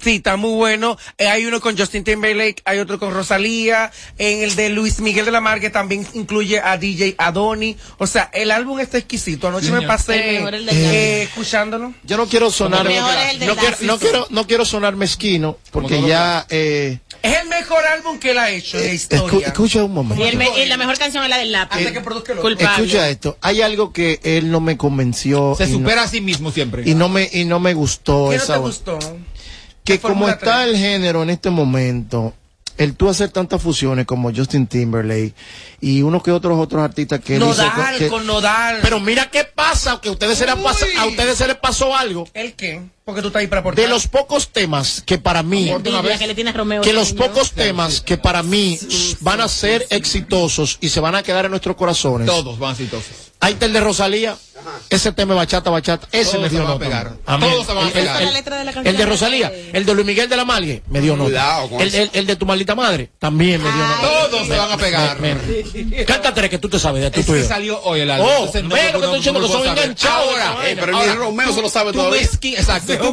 Speaker 4: Sí, está muy bueno. Eh, hay uno con Justin Timberlake, hay otro con Rosalía, en el de Luis Miguel de la Mar, que también incluye a DJ Adoni. O sea, el álbum está exquisito. Anoche me
Speaker 3: Señor.
Speaker 4: pasé
Speaker 3: El mejor, el de
Speaker 4: eh, escuchándolo.
Speaker 3: Yo no quiero sonar.
Speaker 4: Como mejor es el de
Speaker 3: No quiero,
Speaker 4: Narciso.
Speaker 3: no, quiero, no quiero sonar mezquino porque ya. Eh,
Speaker 4: Es el mejor álbum que él ha hecho en la
Speaker 3: escu-
Speaker 4: historia.
Speaker 3: escucha un momento.
Speaker 1: Y, el me- y la mejor canción es la del lápiz.
Speaker 4: Hasta que produzca el otro.
Speaker 1: Culpable.
Speaker 3: Escucha esto. Hay algo que él no me convenció.
Speaker 7: Se
Speaker 3: y no-
Speaker 7: supera a sí mismo siempre.
Speaker 3: Y no me, y no me gustó
Speaker 4: ¿Qué no
Speaker 3: esa
Speaker 4: te
Speaker 3: voz.
Speaker 4: gustó?
Speaker 3: que
Speaker 4: La
Speaker 3: como
Speaker 4: Fórmula
Speaker 3: está el género en este momento, el tú hacer tantas fusiones como Justin Timberlake y unos que otros otros artistas que él hizo
Speaker 4: Nodal,
Speaker 3: que-
Speaker 4: con Nodal.
Speaker 3: Pero mira qué pasa, que ustedes se le han pas-
Speaker 4: Uy.
Speaker 3: a ustedes se les pasó algo.
Speaker 4: ¿El qué? Porque tú estás ahí para aportar.
Speaker 3: De los pocos temas que para mí
Speaker 1: Envidia que le tiene a Romeo
Speaker 3: que los
Speaker 1: Santos.
Speaker 3: pocos temas que para mí van a ser exitosos y se van a quedar en nuestros corazones.
Speaker 7: Todos van exitosos.
Speaker 3: Ahí está el de Rosalía. Ese tema de bachata, bachata. Ese
Speaker 7: Todos
Speaker 3: me dio
Speaker 7: se van a
Speaker 3: nota.
Speaker 7: pegar.
Speaker 3: Amén.
Speaker 7: Todos se van a
Speaker 3: El- el-
Speaker 7: pegar. Esa es la
Speaker 3: el-
Speaker 7: letra de la
Speaker 3: el de
Speaker 7: canción.
Speaker 3: Rosalía. El de Luis Miguel de la Malgue. Me dio nota.
Speaker 7: Cuidado con
Speaker 3: El, el- el de tu maldita madre. También me dio nota.
Speaker 7: Todos se van a pegar.
Speaker 3: Me- me- Cántate que tú te sabes de tu
Speaker 7: Ese
Speaker 3: tuyo.
Speaker 7: salió hoy el álbum.
Speaker 3: Oh,
Speaker 7: Entonces, no,
Speaker 3: ve lo
Speaker 7: no,
Speaker 3: que estoy
Speaker 7: no,
Speaker 3: diciendo,
Speaker 7: no
Speaker 3: que son
Speaker 7: puedo saber.
Speaker 3: enganchados.
Speaker 7: Ahora,
Speaker 3: Eh, pero
Speaker 7: ahora,
Speaker 3: ni Romeo se lo sabe
Speaker 7: tu
Speaker 3: todavía.
Speaker 7: mezqui- exacto, tu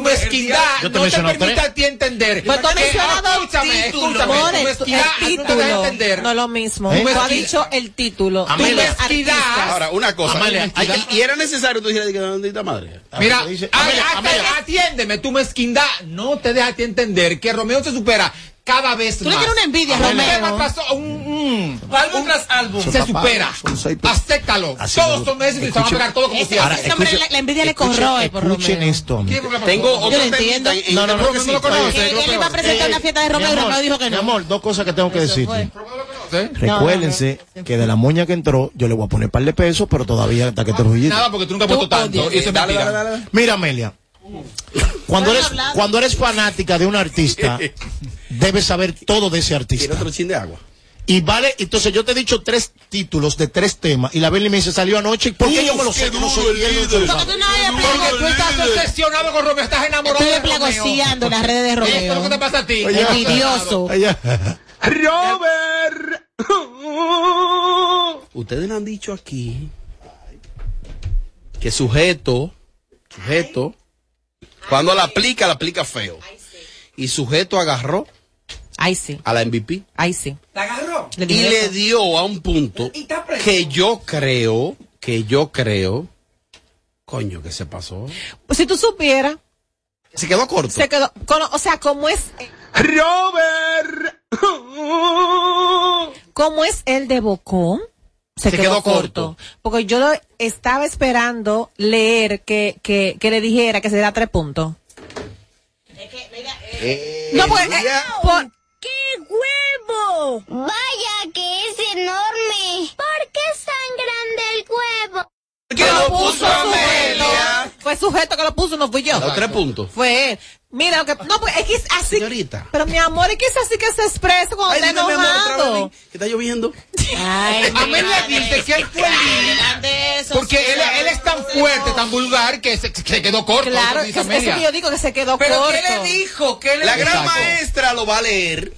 Speaker 3: Yo te
Speaker 7: mezquindad Ah, no te
Speaker 3: menciono tres.
Speaker 7: permite a ti entender.
Speaker 2: Pues tú
Speaker 7: Eh,
Speaker 2: has mencionado el
Speaker 7: escúchame,
Speaker 2: título.
Speaker 7: escúchame.
Speaker 2: Amor,
Speaker 7: Tu
Speaker 2: el,
Speaker 7: mezquindad
Speaker 2: el
Speaker 7: no ah, te deja
Speaker 2: título.
Speaker 7: entender.
Speaker 2: No lo mismo.
Speaker 7: ¿Eh?
Speaker 2: Tú has
Speaker 7: Mezquindad.
Speaker 2: dicho el título. Tú
Speaker 7: Amelia.
Speaker 2: ves
Speaker 7: Mezquindad.
Speaker 2: artistas.
Speaker 12: Ahora, una cosa.
Speaker 7: Amelia,
Speaker 12: Ay,
Speaker 7: hay-
Speaker 12: y era necesario tú dijeras que maldita madre.
Speaker 7: Mira, a-
Speaker 12: Amelia,
Speaker 7: hasta-
Speaker 12: Amelia.
Speaker 7: atiéndeme, tu mezquindad no te deja a ti entender que Romeo se supera cada vez más.
Speaker 1: Tú le tienes una envidia,
Speaker 7: Amelia.
Speaker 1: Romeo.
Speaker 7: Tema tras- un- un-
Speaker 4: Álbum tras álbum.
Speaker 7: Se supera.
Speaker 3: Son seis
Speaker 1: Ah,
Speaker 3: pe-
Speaker 7: Acéptalo.
Speaker 3: Así me
Speaker 7: Todos
Speaker 3: gusta.
Speaker 7: son éxitos y se van a
Speaker 3: Escuchen.
Speaker 7: pegar todo como
Speaker 1: Ese-
Speaker 7: quieras.
Speaker 1: ese hombre, la, la envidia le corroe por Romeo.
Speaker 3: Escuchen esto. amigo.
Speaker 12: Tengo
Speaker 1: Yo
Speaker 12: otro
Speaker 1: lo entiendo.
Speaker 12: temita. en- en-
Speaker 3: No, no, no,
Speaker 12: creo que
Speaker 3: no
Speaker 12: sí.
Speaker 3: lo conozco.
Speaker 12: Oye,
Speaker 1: Que él iba a presentar una fiesta de Romeo y
Speaker 3: Mi amor,
Speaker 1: Romeo dijo que
Speaker 3: Mi
Speaker 1: no.
Speaker 3: amor, dos cosas que tengo que
Speaker 1: Eso
Speaker 3: decir.
Speaker 1: fue.
Speaker 3: Recuérdense que de la moña que entró, yo le voy a poner un par de pesos, pero todavía hasta que te rullito.
Speaker 7: Nada, porque tú nunca has puesto tanto. Y eso es
Speaker 12: Dale, dale,
Speaker 7: mentira.
Speaker 12: dale, dale.
Speaker 3: Mira, Amelia,
Speaker 1: Bueno,
Speaker 3: cuando eres,
Speaker 1: hablando.
Speaker 3: cuando eres fanática de un artista, debes saber todo de ese
Speaker 12: Tiene
Speaker 3: artista.
Speaker 12: otro chin de agua.
Speaker 3: Y vale, entonces yo te he dicho tres títulos de tres temas, y la Beli me dice, salió anoche, ¿por qué
Speaker 12: Uf,
Speaker 3: yo me lo
Speaker 12: qué
Speaker 3: sé? Yo no soy-
Speaker 12: duro el
Speaker 3: y él no se lo
Speaker 12: líder.
Speaker 3: sabe.
Speaker 1: Porque tú no eres
Speaker 7: Porque tú
Speaker 1: plago-
Speaker 7: estás obsesionado con Romeo, estás enamorado
Speaker 1: Estuve
Speaker 7: de Romeo.
Speaker 1: plagociando las redes de
Speaker 7: Y eso es lo que te
Speaker 1: Romeo.
Speaker 7: pasa a ti.
Speaker 3: Oye,
Speaker 1: Envidioso.
Speaker 3: Ella-
Speaker 11: Robert.
Speaker 12: Ustedes nos han dicho aquí que sujeto, sujeto, cuando la aplica, la aplica feo. Y sujeto agarró
Speaker 2: Ahí sí,
Speaker 12: a la MVP
Speaker 2: ahí sí.
Speaker 4: ¿La agarró?
Speaker 2: Le
Speaker 12: y
Speaker 2: dije
Speaker 12: le
Speaker 2: eso.
Speaker 12: dio a un punto
Speaker 4: Y está preso.
Speaker 12: que yo creo, que yo creo, coño, que se pasó.
Speaker 2: Pues si tú supieras,
Speaker 12: Se quedó corto.
Speaker 2: se quedó. con- o sea, como es,
Speaker 11: Robert.
Speaker 2: como es el de Bocón, se,
Speaker 12: Se
Speaker 2: quedó,
Speaker 12: quedó corto.
Speaker 2: corto. Porque yo lo estaba esperando leer que, que, que le dijera que se da tres puntos. no, pues, eh, por-
Speaker 6: ¡Qué huevo! ¡Vaya que es enorme! ¿Por qué es tan grande el huevo?
Speaker 12: ¿Qué lo puso
Speaker 2: sujeto. Fue sujeto que lo puso, no fui yo.
Speaker 12: Los tres puntos.
Speaker 2: Fue él. Mira, que- no, pues es que es así.
Speaker 5: Señorita.
Speaker 2: Pero mi amor, es que es así que se expresa cuando
Speaker 5: Ay,
Speaker 2: está
Speaker 5: dime, mi amor, otra vez,
Speaker 2: enojado.
Speaker 5: ven, que está lloviendo.
Speaker 1: Ay,
Speaker 7: Amelia dice que él fue lindo. Porque él, él es tan fuerte, tan vulgar, que se, se quedó corto.
Speaker 2: Claro,
Speaker 7: eso
Speaker 2: es,
Speaker 7: dice
Speaker 2: es eso
Speaker 7: Amelia.
Speaker 2: que yo digo que se quedó
Speaker 7: Pero
Speaker 2: corto.
Speaker 7: ¿qué le
Speaker 5: dijo? ¿Qué La gran maestra lo va a leer.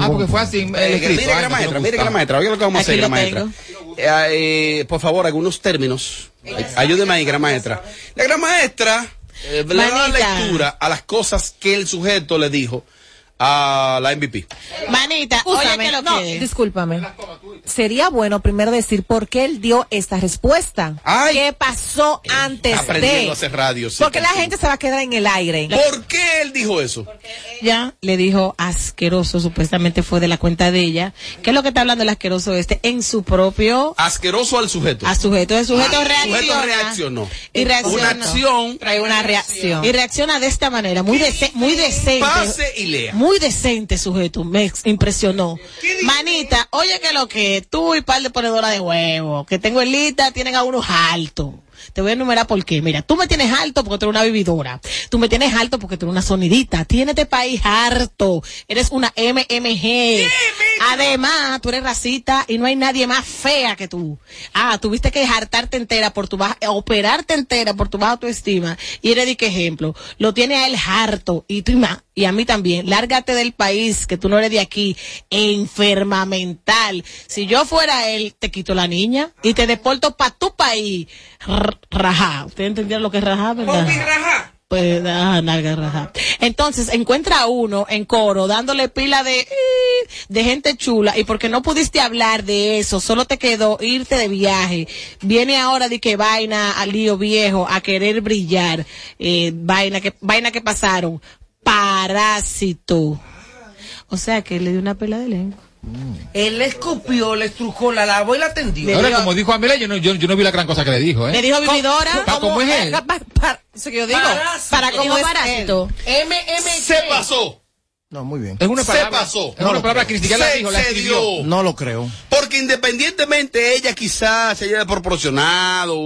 Speaker 7: Ah, porque fue así. el
Speaker 5: Eh,
Speaker 7: escrito.
Speaker 5: mire que
Speaker 7: Ay,
Speaker 5: la
Speaker 7: no, que
Speaker 5: maestra,
Speaker 7: no
Speaker 5: mire que la
Speaker 7: gustaba.
Speaker 5: maestra, oiga lo que vamos a
Speaker 7: Aquí
Speaker 5: hacer,
Speaker 7: lo
Speaker 5: gran maestra. Eh, eh, por favor, algunos términos. Ay- Ayúdeme ahí, gran maestra. La gran maestra eh, le da
Speaker 1: Manita.
Speaker 5: lectura a las cosas que el sujeto le dijo a la MVP.
Speaker 1: Manita,
Speaker 2: Escúchame,
Speaker 1: oye que lo
Speaker 2: no,
Speaker 1: que-
Speaker 2: discúlpame. Sería bueno primero decir por qué él dio esta respuesta. ¿Qué pasó antes
Speaker 5: Aprendiendo a
Speaker 2: de?
Speaker 5: hacer radio. sí,
Speaker 2: Porque la
Speaker 5: contigo.
Speaker 2: gente se va a quedar en el aire.
Speaker 5: ¿Por qué él dijo eso?
Speaker 1: ya le dijo asqueroso, supuestamente fue de la cuenta de ella. ¿Qué es lo que está hablando el asqueroso este? En su propio
Speaker 5: Asqueroso al sujeto.
Speaker 1: a sujeto, el sujeto
Speaker 5: Ah, el
Speaker 1: reacciona.
Speaker 5: sujeto reaccionó.
Speaker 1: Y reacciona.
Speaker 5: Una acción.
Speaker 1: Trae una reacción. Y reacciona de esta manera, muy, dece- muy decente.
Speaker 5: Pase y lea.
Speaker 1: Muy decente sujeto, me ex- impresionó. Manita, oye que lo que tú y par de ponedora de huevo, que tengo en lista, tienen a unos altos. Te voy a enumerar por qué. Mira, tú me tienes alto porque tú eres una vividora. Tú me tienes alto porque tú eres una sonidita. Tienes este país harto. Eres una MMG. Además, tú eres racista y no hay nadie más fea que tú. Ah, tuviste que hartarte entera por tu baja, eh, operarte entera por tu baja autoestima. Y eres de qué ejemplo. Lo tiene a él harto y tú y más. Y a mí también. Lárgate del país, que tú no eres de aquí. Enferma mental. Si yo fuera él, te quito la niña y te deporto para tu país. R- Rajá. Ustedes entendieron lo que es rajá, ¿verdad? Pues, ah, nalga raja. Entonces, encuentra a uno en coro dándole pila de, eh, de gente chula y porque no pudiste hablar de eso, solo te quedó irte de viaje. Viene ahora de que vaina al lío viejo a querer brillar. Eh, vaina que, vaina que pasaron. Parásito. O sea que le dio una pela de lengua.
Speaker 11: Él le escupió, le estrujó, la lavó y la tendió.
Speaker 7: Ahora, como dijo Amelia, yo no, yo, yo no vi la gran cosa que le dijo, ¿eh?
Speaker 1: Le dijo vividora.
Speaker 7: Pa- ¿Cómo es él?
Speaker 2: Pa- pa- eso que yo digo.
Speaker 1: Parásito.
Speaker 2: Para cómo
Speaker 1: Dijo
Speaker 2: es
Speaker 1: parásito.
Speaker 5: Se pasó.
Speaker 3: No, muy bien.
Speaker 7: Es una
Speaker 5: Se
Speaker 7: palabra.
Speaker 5: pasó.
Speaker 7: Es una
Speaker 5: No lo
Speaker 7: palabra
Speaker 5: creo.
Speaker 7: cristiana, la
Speaker 5: Se
Speaker 7: dijo, la escribió.
Speaker 5: excedió.
Speaker 3: No lo creo.
Speaker 5: Porque independientemente ella quizás se haya desproporcionado.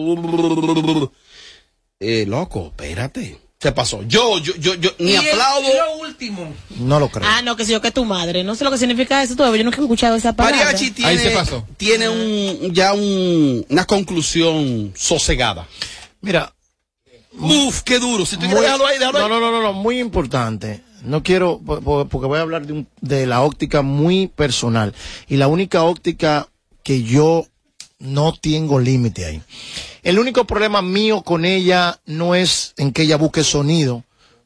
Speaker 5: Eh, loco, espérate. Se pasó. Yo, yo, yo, yo, ni
Speaker 11: Y el-
Speaker 5: aplaudo.
Speaker 11: y lo último.
Speaker 3: No lo creo.
Speaker 1: Ah, no, que si yo que tu madre. No sé lo que significa eso todavía. Yo nunca he escuchado esa palabra.
Speaker 5: Mariachi tiene,
Speaker 7: Ahí se pasó.
Speaker 5: tiene un, ya un- una conclusión sosegada.
Speaker 3: Mira.
Speaker 5: Uf, qué duro. Si tú
Speaker 3: Muy-
Speaker 5: quieres dejarlo ahí, déjalo
Speaker 3: no,
Speaker 5: ahí.
Speaker 3: no, no, no, no, muy importante. No quiero, po- po- porque voy a hablar de, un- de la óptica muy personal. Y la única óptica que yo no tengo límite ahí. El único problema mío con ella no es en que ella busque sonido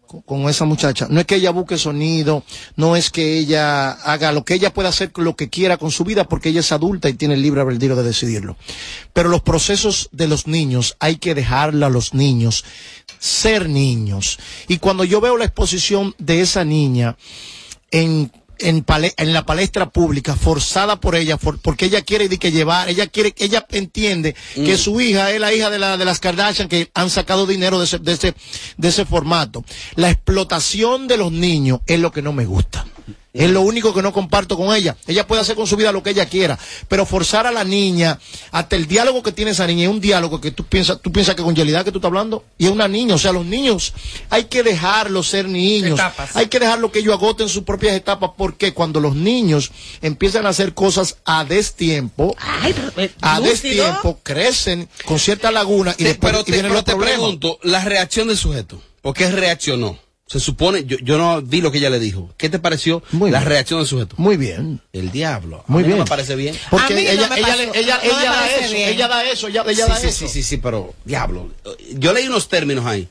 Speaker 3: co- con esa muchacha. No es que ella busque sonido, no es que ella haga lo que ella pueda hacer, lo que quiera con su vida, porque ella es adulta y tiene el libre albedrío de decidirlo. Pero los procesos de los niños hay que dejarla a los niños ser niños. Y cuando yo veo la exposición de esa niña en, en, pale- en la palestra pública, forzada por ella, for- porque ella quiere di que llevar, ella quiere, ella entiende que su hija es la hija de, la, de las Kardashian que han sacado dinero de ese, de, ese, de ese formato. La explotación de los niños es lo que no me gusta. Es lo único que no comparto con ella. Ella puede hacer con su vida lo que ella quiera, pero forzar a la niña, hasta el diálogo que tiene esa niña, es un diálogo que tú piensas, tú piensas que con Yelida que tú estás hablando, y es una niña, o sea, los niños hay que dejarlos ser niños.
Speaker 11: Etapas.
Speaker 3: Hay que dejarlo que ellos agoten sus propias etapas, porque cuando los niños empiezan a hacer cosas a destiempo,
Speaker 1: Ay, pero, eh,
Speaker 3: a
Speaker 1: lúcido.
Speaker 3: destiempo, crecen con cierta laguna y
Speaker 5: Te-
Speaker 3: después
Speaker 5: pero
Speaker 3: y
Speaker 5: te,
Speaker 3: vienen
Speaker 5: pero
Speaker 3: los
Speaker 5: te
Speaker 3: problemas.
Speaker 5: pregunto, la reacción del sujeto. ¿Por qué reaccionó? Se supone, yo, yo no vi lo que ella le dijo. ¿Qué te pareció
Speaker 3: Muy
Speaker 5: la
Speaker 3: bien.
Speaker 5: reacción del sujeto?
Speaker 3: Muy bien.
Speaker 5: El diablo. A
Speaker 3: Muy
Speaker 5: mí no
Speaker 3: bien.
Speaker 5: me parece bien.
Speaker 3: Porque
Speaker 2: A mí no
Speaker 3: ella,
Speaker 2: me
Speaker 3: ella,
Speaker 2: pasó.
Speaker 3: le- ella,
Speaker 2: No me
Speaker 3: ella da
Speaker 2: parece
Speaker 3: eso,
Speaker 2: bien.
Speaker 3: ella da eso, ella, ella
Speaker 5: sí,
Speaker 3: da
Speaker 5: sí,
Speaker 3: eso.
Speaker 5: sí, sí, sí, pero diablo. Yo leí unos términos ahí.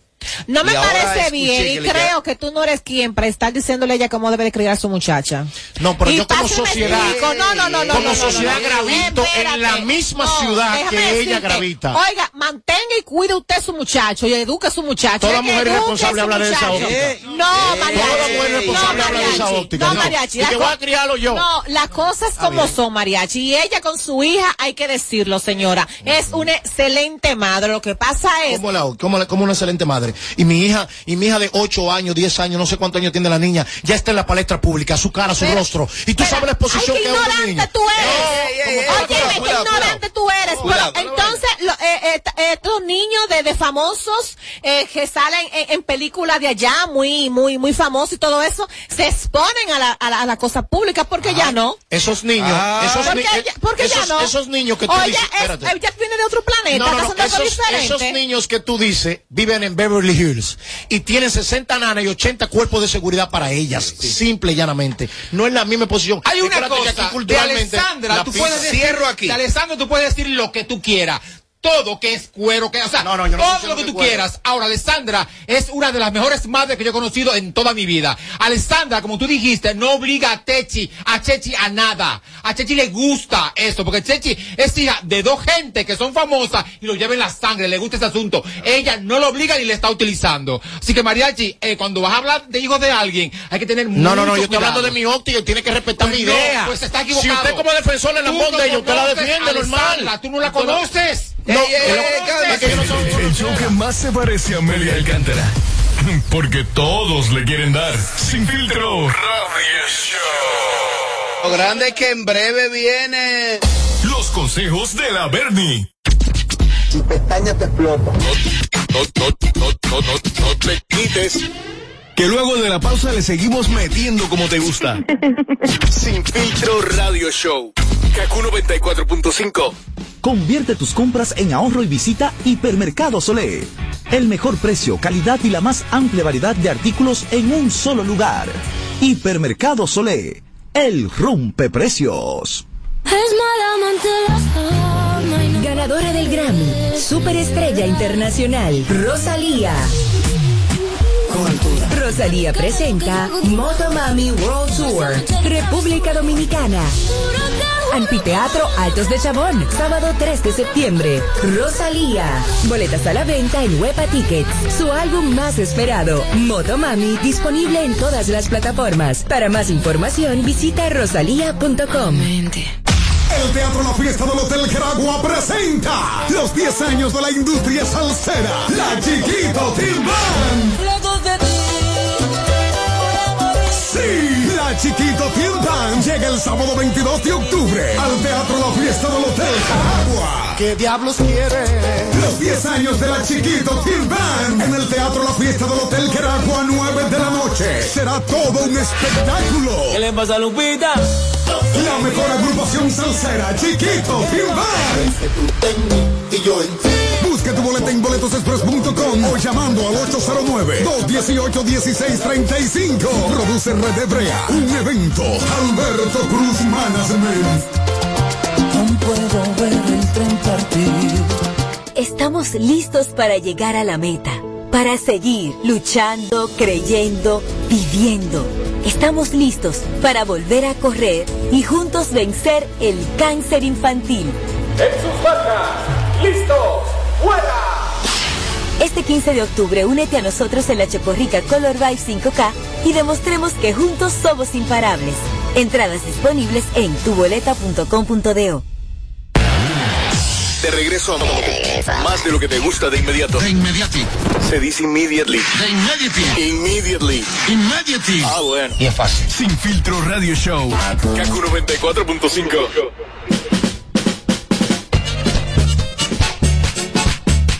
Speaker 2: No me
Speaker 5: Y ahora
Speaker 2: parece
Speaker 5: escuché
Speaker 2: bien
Speaker 5: que
Speaker 2: y
Speaker 5: le-
Speaker 2: creo que tú no eres quien para estar diciéndole a ella cómo debe de criar a su muchacha.
Speaker 3: No, pero
Speaker 2: Y
Speaker 3: yo como
Speaker 2: pasa y me
Speaker 3: sociedad,
Speaker 2: explico. No, no, no, no,
Speaker 3: como
Speaker 2: no, no,
Speaker 3: sociedad
Speaker 2: no, no.
Speaker 3: gravito en la
Speaker 2: Espérate.
Speaker 3: misma ciudad
Speaker 2: déjame
Speaker 3: que ella
Speaker 2: decirte,
Speaker 3: gravita.
Speaker 2: Oiga, mantenga y cuide usted su muchacho y eduque a su muchacho.
Speaker 3: Toda
Speaker 2: Es que
Speaker 3: mujer
Speaker 2: eduque
Speaker 3: responsable
Speaker 2: a su
Speaker 3: habla de esa
Speaker 2: muchacho.
Speaker 1: Eh,
Speaker 3: óptica. Eh,
Speaker 2: No, mariachi.
Speaker 3: Toda mujer responsable
Speaker 2: no,
Speaker 3: habla de esa
Speaker 2: mariachi.
Speaker 3: óptica,
Speaker 2: No,
Speaker 3: no.
Speaker 2: mariachi.
Speaker 3: Y
Speaker 2: las
Speaker 3: que voy a
Speaker 2: co-
Speaker 3: criarlo yo.
Speaker 2: No, las cosas como son, mariachi. Y ella con su hija, hay que decirlo, señora. Es una excelente madre. Lo que pasa es
Speaker 3: Como, la, como, la- como una excelente madre. Y mi hija, y mi hija de 8 años, 10 años, no sé cuántos años tiene la niña, ya está en la palestra pública, su cara, su
Speaker 2: Pero-
Speaker 3: rostro. Y tú sabes la exposición
Speaker 2: Ay,
Speaker 3: que
Speaker 2: qué
Speaker 3: es una
Speaker 2: ignorante
Speaker 3: niña.
Speaker 2: tú
Speaker 3: Ey, ey, ey,
Speaker 2: eres. Oye,
Speaker 3: cuidado,
Speaker 2: qué
Speaker 3: cuidado,
Speaker 2: ignorante tú eres.
Speaker 3: Cuidado,
Speaker 2: Pero entonces, lo- eh, eh, t- eh, estos niños de, de famosos eh, que salen en, en películas de allá, muy, muy, muy famosos y todo eso, se exponen a la, a la, a la cosa pública porque ya no.
Speaker 3: Esos niños,
Speaker 2: Ah.
Speaker 3: esos,
Speaker 2: ¿Por
Speaker 3: ni-
Speaker 2: qué
Speaker 3: eh,
Speaker 2: ya- por qué ya
Speaker 3: esos-
Speaker 2: no?
Speaker 3: esos niños que tú
Speaker 2: Oye,
Speaker 3: dices,
Speaker 2: es-
Speaker 3: espérate.
Speaker 2: eh, ya viene de otro planeta, está haciendo algo
Speaker 3: esos,
Speaker 2: diferente.
Speaker 3: esos niños que tú dices viven en Beverly Hills y tienen 60 nanas y 80 cuerpos de seguridad para ellas, simple y llanamente. No es la misma posición.
Speaker 7: Hay una
Speaker 3: Espérate que
Speaker 7: cosa,
Speaker 3: aquí
Speaker 7: de
Speaker 3: culturalmente
Speaker 7: Alessandra,
Speaker 3: la
Speaker 7: tú
Speaker 3: pizza-
Speaker 7: puedes decir,
Speaker 3: Cierro aquí.
Speaker 7: de Alessandra, tú puedes decir lo que tú quieras. Todo que es cuero, que, o sea,
Speaker 3: yo no
Speaker 7: todo
Speaker 3: estoy
Speaker 7: lo que
Speaker 3: diciendo
Speaker 7: tú
Speaker 3: que
Speaker 7: quieras. Ahora, Alessandra es una de las mejores madres que yo he conocido en toda mi vida. Alessandra, como tú dijiste, no obliga a Techi, a Chechi a nada. A Chechi le gusta esto, porque Chechi es hija de dos gente que son famosas y lo lleva en la sangre, le gusta ese asunto. Ella no lo obliga ni le está utilizando. Así que, Mariachi, eh, cuando vas a hablar de hijos de alguien, hay que tener
Speaker 3: No, no, no,
Speaker 7: mucho
Speaker 3: yo estoy hablando
Speaker 7: cuidado.
Speaker 3: de mi óptica y tiene que respetar mi idea.
Speaker 7: Pues está equivocado.
Speaker 3: Si usted como defensor en la
Speaker 7: Tú
Speaker 3: voz
Speaker 7: no
Speaker 3: de ella, usted la
Speaker 7: conoces
Speaker 3: defiende
Speaker 7: a
Speaker 3: normal.
Speaker 7: Alessandra, Tú no la conoces.
Speaker 3: No,
Speaker 7: Ey, ey,
Speaker 8: el,
Speaker 7: ey, cálmate.
Speaker 8: el show que más se parece a Amelia Alcántara. Porque todos le quieren dar. Sin filtro.
Speaker 12: Lo grande es que en breve viene.
Speaker 8: Los consejos de la Bernie.
Speaker 12: Si pestañas te explota.
Speaker 8: No te quites. Que luego de la pausa le seguimos metiendo como te gusta.
Speaker 13: Sin filtro radio show. Kaku 94.5.
Speaker 14: Convierte tus compras en ahorro y visita Hipermercado Olé. El mejor precio, calidad y la más amplia variedad de artículos en un solo lugar. Hipermercado Olé. El rompe precios.
Speaker 15: Ganadora del Grammy, superestrella internacional, Rosalía. Rosalía presenta Motomami World Tour, República Dominicana. Anfiteatro Altos de Chabón, sábado 3 de septiembre. Rosalía. Boletas a la venta en Huepa Tickets. Su álbum más esperado, Motomami, disponible en todas las plataformas. Para más información, visita rosalía.com.
Speaker 16: El Teatro La Fiesta del Hotel Geragua presenta los 10 años de la industria salsera, la Chiquito Team Band. Sí, la Chiquito Team Band llega el sábado 22 de octubre al Teatro La Fiesta del Hotel Geragua. ¿Qué diablos quiere? Los 10 años de la Chiquito Team Band en el Teatro La Fiesta del Hotel Geragua 9 de la noche. Será todo un espectáculo. ¿Qué le pasa a Lupita? La mejor agrupación salsera, Chiquito Timbar. Busca tu boleta en boletosexpress.com o llamando al 809-218-1635. Produce Red Hebrea, un evento. Alberto Cruz Management.
Speaker 15: puedo ver el tren Estamos listos para llegar a la meta, para seguir luchando, creyendo, viviendo. Estamos listos para volver a correr y juntos vencer el cáncer infantil.
Speaker 11: En sus bancas, listos, fuera.
Speaker 15: Este 15 de octubre únete a nosotros en la Chocorrica Color Vibe 5K y demostremos que juntos somos imparables. Entradas disponibles en tuboleta.com.do.
Speaker 13: De regreso a más de lo que te gusta de inmediato. De inmediato. Se dice immediately. De inmediato. Immediately. Immediately. Ah, bueno.
Speaker 8: Y es fácil. Sin filtro radio show.
Speaker 13: Kaku 94.5.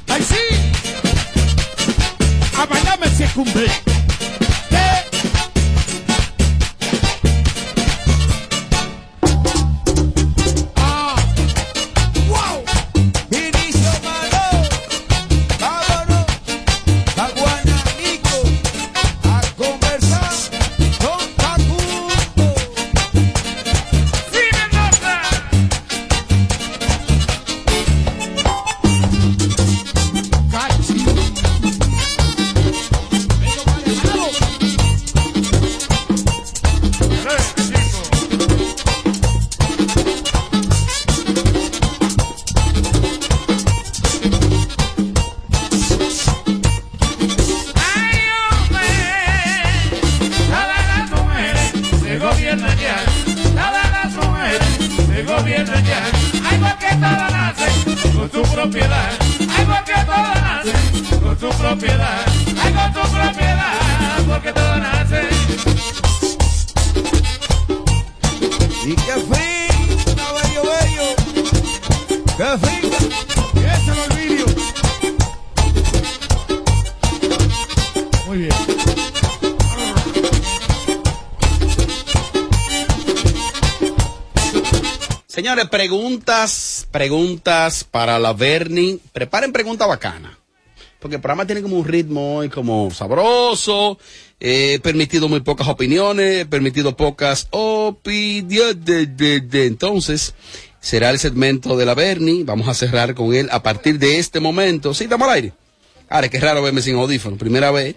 Speaker 17: ¡Ay, sí! ¡A bañarme si cumple!
Speaker 11: Ah, wow. Vinicio Malo, vámonos a Guananico a conversar con Facundo. ¡Dime nota! Cachi. Vengo para acá. Todas las mujeres se gobiernan ya. Todas las mujeres se gobiernan ya. Ay, porque todas nacen con tu propiedad. Ay, porque todo nace con tu propiedad. Ay, con tu propiedad, porque todo nace.
Speaker 18: Y qué fina, bello, bello. Qué fina. Y ese es el vídeo.
Speaker 11: Muy bien.
Speaker 5: Señores, preguntas, preguntas para la Bernie. Preparen preguntas bacanas. Porque el programa tiene como un ritmo hoy como sabroso. eh, He permitido muy pocas opiniones. He permitido pocas opiniones. de- de- de. Entonces, será el segmento de la Bernie. Vamos a cerrar con él a partir de este momento. Sí, estamos al aire. Ahora, qué raro verme sin audífono. Primera vez.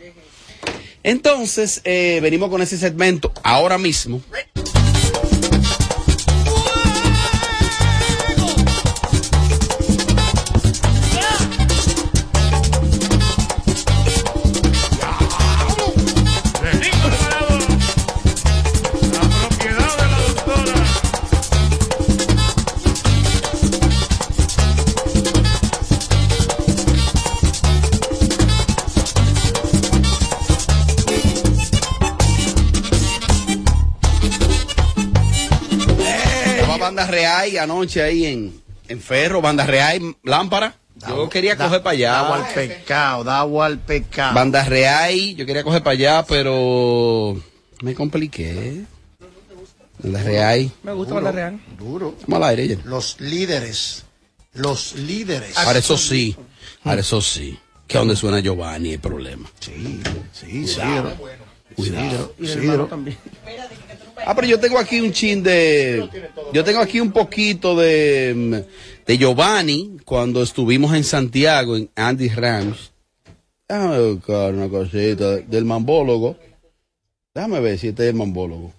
Speaker 5: Entonces, eh, venimos con ese segmento ahora mismo. Estaba Banda Real anoche ahí en, en Ferro, Banda Real, Lámpara. Yo quería coger para allá.
Speaker 3: Agua al pecado, da agua al pecado.
Speaker 5: Banda Real, yo quería coger para allá, pero me compliqué. Banda Real.
Speaker 4: Me gusta
Speaker 3: Duro,
Speaker 4: Banda Real.
Speaker 3: Duro.
Speaker 5: Vamos al aire, Jenny.
Speaker 3: Los líderes. Los líderes.
Speaker 5: Ahora eso sí, ahora eso sí. Que a donde suena Giovanni el problema.
Speaker 3: Sí, sí,
Speaker 5: Cuidado.
Speaker 3: sí.
Speaker 5: Cuidado.
Speaker 3: Y el hermano Isidro.
Speaker 4: también.
Speaker 5: Ah, pero yo tengo aquí un chin de. Yo tengo aquí un poquito de. mm, De Giovanni, cuando estuvimos en Santiago, en Andy Rams. Déjame buscar una cosita del mambólogo. Déjame ver si este es el mambólogo.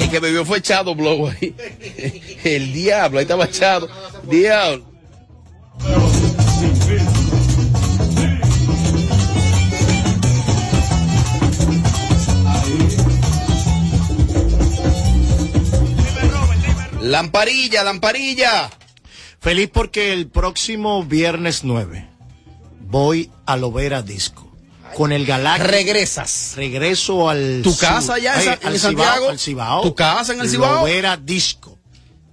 Speaker 5: El que me vio fue Chado Blow ahí. El diablo, ahí estaba Chado. Diablo. Lamparilla, lamparilla.
Speaker 3: Feliz porque el próximo viernes 9 voy a Lovera Disco. Con el Galáctico.
Speaker 5: Regresas.
Speaker 3: Regreso al.
Speaker 5: ¿Tu
Speaker 3: Ci-
Speaker 5: casa allá en
Speaker 3: Ay,
Speaker 5: Sa-
Speaker 3: al Cibao,
Speaker 5: en Santiago?
Speaker 3: al Cibao.
Speaker 5: ¿Tu casa en el Cibao?
Speaker 3: Lovera Disco.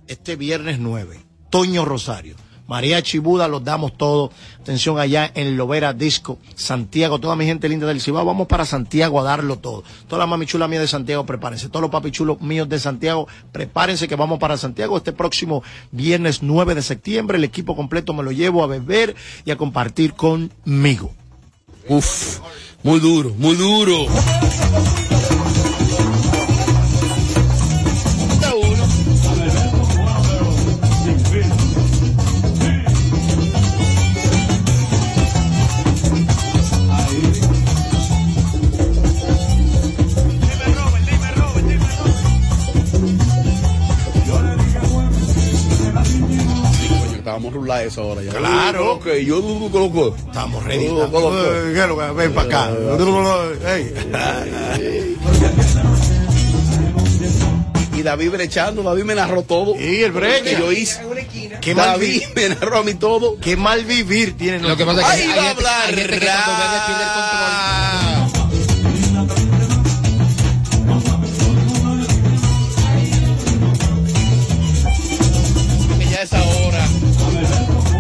Speaker 3: Este viernes 9. Toño Rosario. María Chibuda, los damos todo. Atención allá en Lovera Disco, Santiago. Toda mi gente linda del Cibao, vamos para Santiago a darlo todo. Todas las mamichulas mías de Santiago, prepárense. Todos los papichulos míos de Santiago, prepárense que vamos para Santiago este próximo viernes 9 de septiembre. El equipo completo me lo llevo a beber y a compartir conmigo.
Speaker 5: Uf, muy duro, muy duro. Estábamos rulando eso ahora ya.
Speaker 3: Claro.
Speaker 5: Ok, yo dudo coloco.
Speaker 3: Estamos ready.
Speaker 5: Dudo,
Speaker 3: Eh, ¿qué es lo que- Ven para acá. Ey.
Speaker 5: Y David brechando, David me narró todo.
Speaker 3: Y el brecha.
Speaker 5: Que yo hice.
Speaker 3: Qué mal
Speaker 5: David
Speaker 3: vi-
Speaker 5: me narró a mí todo.
Speaker 3: Qué mal vivir tienen los
Speaker 5: Lo que pasa es que hay gente- hay gente que cuando ve
Speaker 3: hablar.
Speaker 5: Que ya es ahora.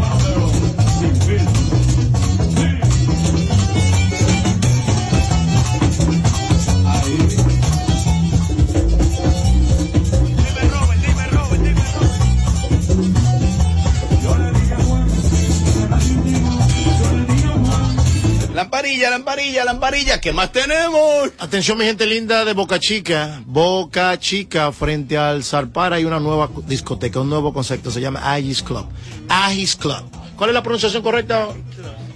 Speaker 5: Lamparilla, lamparilla. lamparilla, lamparilla, ¿qué más tenemos?
Speaker 3: Atención, mi gente linda de Boca Chica. Boca Chica, frente al Zarpar, hay una nueva discoteca, un nuevo concepto. Se llama Agis Club. Agis Club. ¿Cuál es la pronunciación correcta?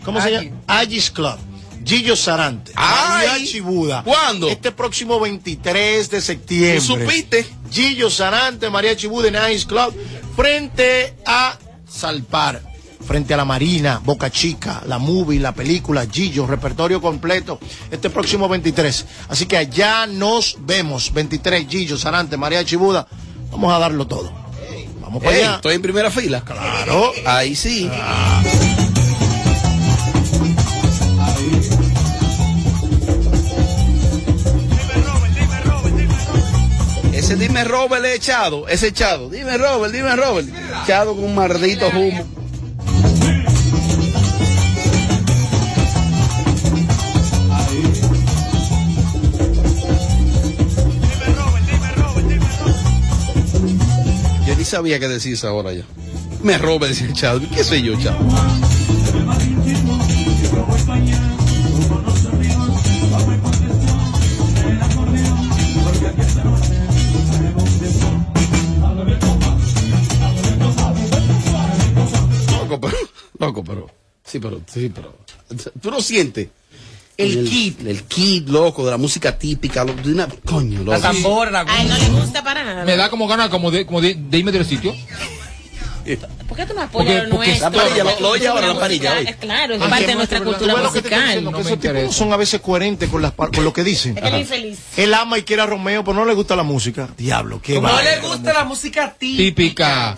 Speaker 3: ¿Cómo se llama? Agis Club. Gillo Sarante.
Speaker 5: Ay.
Speaker 3: Mariachi Buda.
Speaker 5: ¿Cuándo?
Speaker 3: Este próximo 23 de septiembre.
Speaker 5: ¿Tú supiste?
Speaker 3: Gillo Sarante, Mariachi Buda en Agis Club, frente a Salpar frente a la Marina, Boca Chica, la movie, la película, Gillo, repertorio completo, este próximo 23. Así que allá nos vemos, 23, Gillo, Sarante, María Chibuda, vamos a darlo todo. Vamos para
Speaker 5: Ey,
Speaker 3: allá. Oh.
Speaker 5: estoy en primera fila.
Speaker 3: Claro.
Speaker 5: Ahí sí. Ese dime Robert es echado, ese echado. Dime Robert, dime Robert. Echado con un maldito humo. Yo ni sabía qué decís ahora ya. Me roba ese echado. ¿Qué soy yo, chavo? Loco, pero. Loco, pero. Sí, pero. Sí, pero. Tú lo sientes. El, kit, el kit, loco, de la música típica, lo- de una coño, loco.
Speaker 1: Ay, no le gusta para nada.
Speaker 7: Me da como ganas como de, como de, de irme del sitio.
Speaker 1: ¿Por qué tú no apoyas lo
Speaker 7: porque-
Speaker 1: nuestro?
Speaker 7: la parilla, lo- lo oye ahora, la
Speaker 3: parilla,
Speaker 1: Musical,
Speaker 3: oye. Ah,
Speaker 1: es Claro, es
Speaker 3: Aunque
Speaker 1: parte de
Speaker 3: es
Speaker 1: nuestra
Speaker 3: nuestro,
Speaker 1: cultura
Speaker 3: pero tú ves lo que te estoy
Speaker 1: musical.
Speaker 3: diciendo, que esos tipos no son a veces coherentes con, las, par- con lo que dicen.
Speaker 4: Es que él
Speaker 3: Ajá.
Speaker 4: infeliz.
Speaker 3: Él ama y quiere a Romeo, pero no le gusta la música. Diablo, qué
Speaker 4: No
Speaker 3: vaina.
Speaker 4: le gusta la música típica.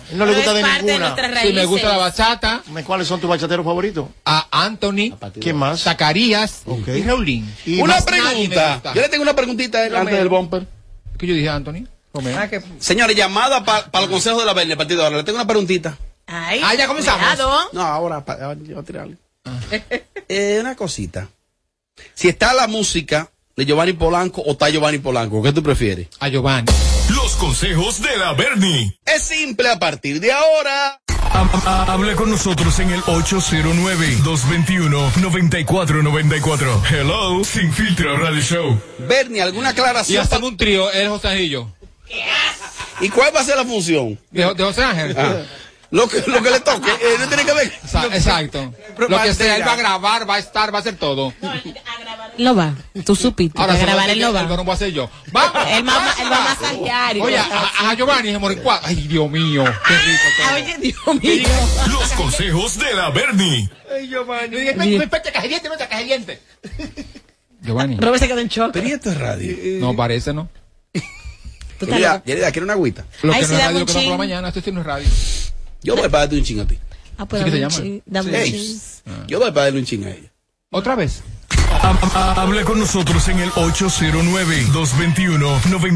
Speaker 7: Típica.
Speaker 3: No le gusta de ninguna.
Speaker 7: Si me gusta la bachata.
Speaker 3: ¿Cuáles son tus bachateros favoritos?
Speaker 7: A Anthony.
Speaker 3: ¿Quién más?
Speaker 7: Zacarías. Y Raulín.
Speaker 5: una pregunta. Yo le tengo una preguntita a él antes del bumper.
Speaker 7: ¿Qué yo dije, Anthony? Romeo.
Speaker 5: Señores, llamada para el Consejo de la Verne, partido de ahora. Le tengo una preguntita.
Speaker 1: Ay,
Speaker 5: Ah, ya comenzamos.
Speaker 1: cuidado.
Speaker 5: No, ahora, pa- ahora yo voy a tirarle. Eh, una cosita. Si está la música de Giovanni Polanco o está Giovanni Polanco, ¿qué tú prefieres?
Speaker 7: A Giovanni.
Speaker 8: Los consejos de la Bernie.
Speaker 5: Es simple a partir de ahora.
Speaker 8: Ha- ha- Habla con nosotros en el 809-221-9494. Hello, Sin Filtro Radio Show.
Speaker 5: Bernie, ¿alguna
Speaker 7: Y
Speaker 5: aclaración?
Speaker 7: hasta en un trío, él José Angelillo.
Speaker 5: ¿Y cuál va a ser la función?
Speaker 7: De, de José Ángel.
Speaker 5: Ah. Lo, que, lo que le toque, eh, no tiene que ver.
Speaker 7: Sa- Exacto. Lo que sea, él va a grabar, va a estar, va a hacer todo.
Speaker 1: No va. Tú supiste.
Speaker 7: Ahora
Speaker 1: a
Speaker 7: se va
Speaker 1: grabar
Speaker 7: a
Speaker 1: el no
Speaker 7: El
Speaker 1: va.
Speaker 7: varón voy a hacer yo. Vamos.
Speaker 1: Él va a- él va a masajear y
Speaker 7: Oye,
Speaker 1: cosas
Speaker 7: a, a Giovanni se muere cuatro. Ay, Dios mío. Qué rico. todo.
Speaker 1: Oye, Dios mío.
Speaker 8: Los consejos de la Bernie.
Speaker 7: Ay, Giovanni.
Speaker 8: Mire.
Speaker 7: caliente, no caliente. Giovanni. Eh,
Speaker 1: Robert se quedó en shock.
Speaker 5: Pero esto es radio.
Speaker 7: No, parece, ¿no?
Speaker 1: Tú estás
Speaker 5: Yerida,
Speaker 1: loco.
Speaker 5: Yerida, ¿quiere una agüita?
Speaker 7: Lo que
Speaker 1: Ay, sí,
Speaker 7: no es
Speaker 1: dame
Speaker 7: radio,
Speaker 1: un
Speaker 7: lo que no es por la
Speaker 1: chin.
Speaker 7: mañana. Esto sí no es radio.
Speaker 5: Yo voy para darle un ching a ti.
Speaker 1: Ah, pues
Speaker 7: ¿Sí que se
Speaker 1: dame un
Speaker 7: llama?
Speaker 1: chin, dame un
Speaker 5: Ey,
Speaker 1: chin.
Speaker 7: Ah.
Speaker 5: Yo voy para darle un ching a ella.
Speaker 7: ¿Otra vez?
Speaker 8: Ha- ha- Habla con nosotros en el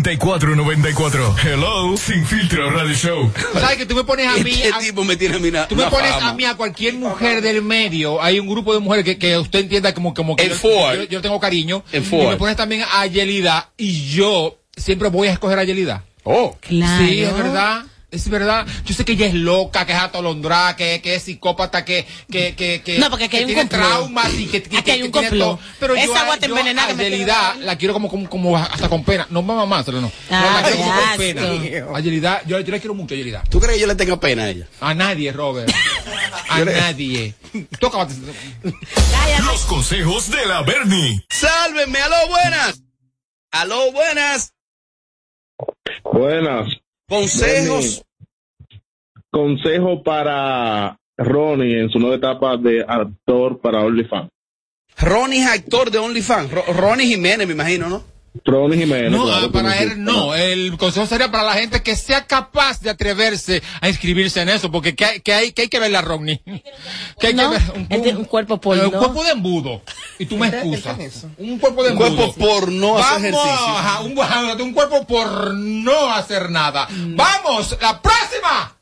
Speaker 8: 809-221-9494. Hello, Sin Filtro Radio Show.
Speaker 7: ¿Sabes que tú me pones a mí?
Speaker 5: Este
Speaker 7: a-
Speaker 5: tipo me tiene a mí una-
Speaker 7: Tú me
Speaker 5: una
Speaker 7: pones
Speaker 5: fama.
Speaker 7: a mí, a cualquier mujer del medio, hay un grupo de mujeres que, que usted entienda como, como que
Speaker 5: En
Speaker 7: yo,
Speaker 5: Ford.
Speaker 7: yo- yo tengo cariño.
Speaker 5: En
Speaker 7: y
Speaker 5: Ford.
Speaker 7: me pones también a Yelida y yo siempre voy a escoger a Yelida.
Speaker 5: Oh.
Speaker 1: Claro.
Speaker 7: Sí, es verdad. Es verdad. Yo sé que ella es loca, que es atolondrada, que, que es psicópata, que, que, que, que,
Speaker 1: No, porque aquí
Speaker 7: que
Speaker 1: hay un
Speaker 7: tiene
Speaker 1: complot.
Speaker 7: traumas y que, que-
Speaker 1: Aquí hay
Speaker 7: que
Speaker 1: un
Speaker 7: tiene
Speaker 1: complot.
Speaker 7: todo. Pero
Speaker 1: Esa
Speaker 7: yo a-
Speaker 1: guata
Speaker 7: yo
Speaker 1: envenenada
Speaker 7: a
Speaker 1: que me tiene
Speaker 7: Yelida
Speaker 1: mal.
Speaker 7: la quiero como, como, como hasta con pena. No mamá más, no. no.
Speaker 1: Ah,
Speaker 7: yo la quiero como con
Speaker 1: qué
Speaker 7: pena. A Yelida, yo, yo la quiero mucho, a Yelida.
Speaker 5: ¿Tú crees que yo le tenga pena a ella?
Speaker 7: A nadie, Robert. A nadie. Tú acabas de-
Speaker 8: Los consejos de la Bernie.
Speaker 5: ¡Sálvenme! ¡Aló, buenas! ¡Aló, buenas!
Speaker 19: Buenas.
Speaker 5: Consejos.
Speaker 19: Bernie, Consejo para Ronnie en su nueva etapa de actor para OnlyFans.
Speaker 5: Ronnie es actor de OnlyFans. Ro- Ronnie Jiménez, me imagino, ¿no?
Speaker 19: Ronnie Jiménez.
Speaker 7: No,
Speaker 19: claro,
Speaker 7: ah, para
Speaker 19: porque-
Speaker 7: él no. El consejo sería para la gente que sea capaz de atreverse a inscribirse en eso, porque que hay que, hay, que, hay que verla, Ronnie. Que hay
Speaker 1: No,
Speaker 7: que ver un,
Speaker 1: es de un cuerpo porno.
Speaker 7: eh, Un cuerpo de embudo. Y tú me excusas. Un cuerpo de
Speaker 5: Un
Speaker 7: embudo.
Speaker 5: cuerpo porno hace
Speaker 7: Vamos,
Speaker 5: ejercicio.
Speaker 7: ajá, un, ajá, un cuerpo por no hacer nada.
Speaker 1: Mm.
Speaker 7: ¡Vamos! ¡La próxima!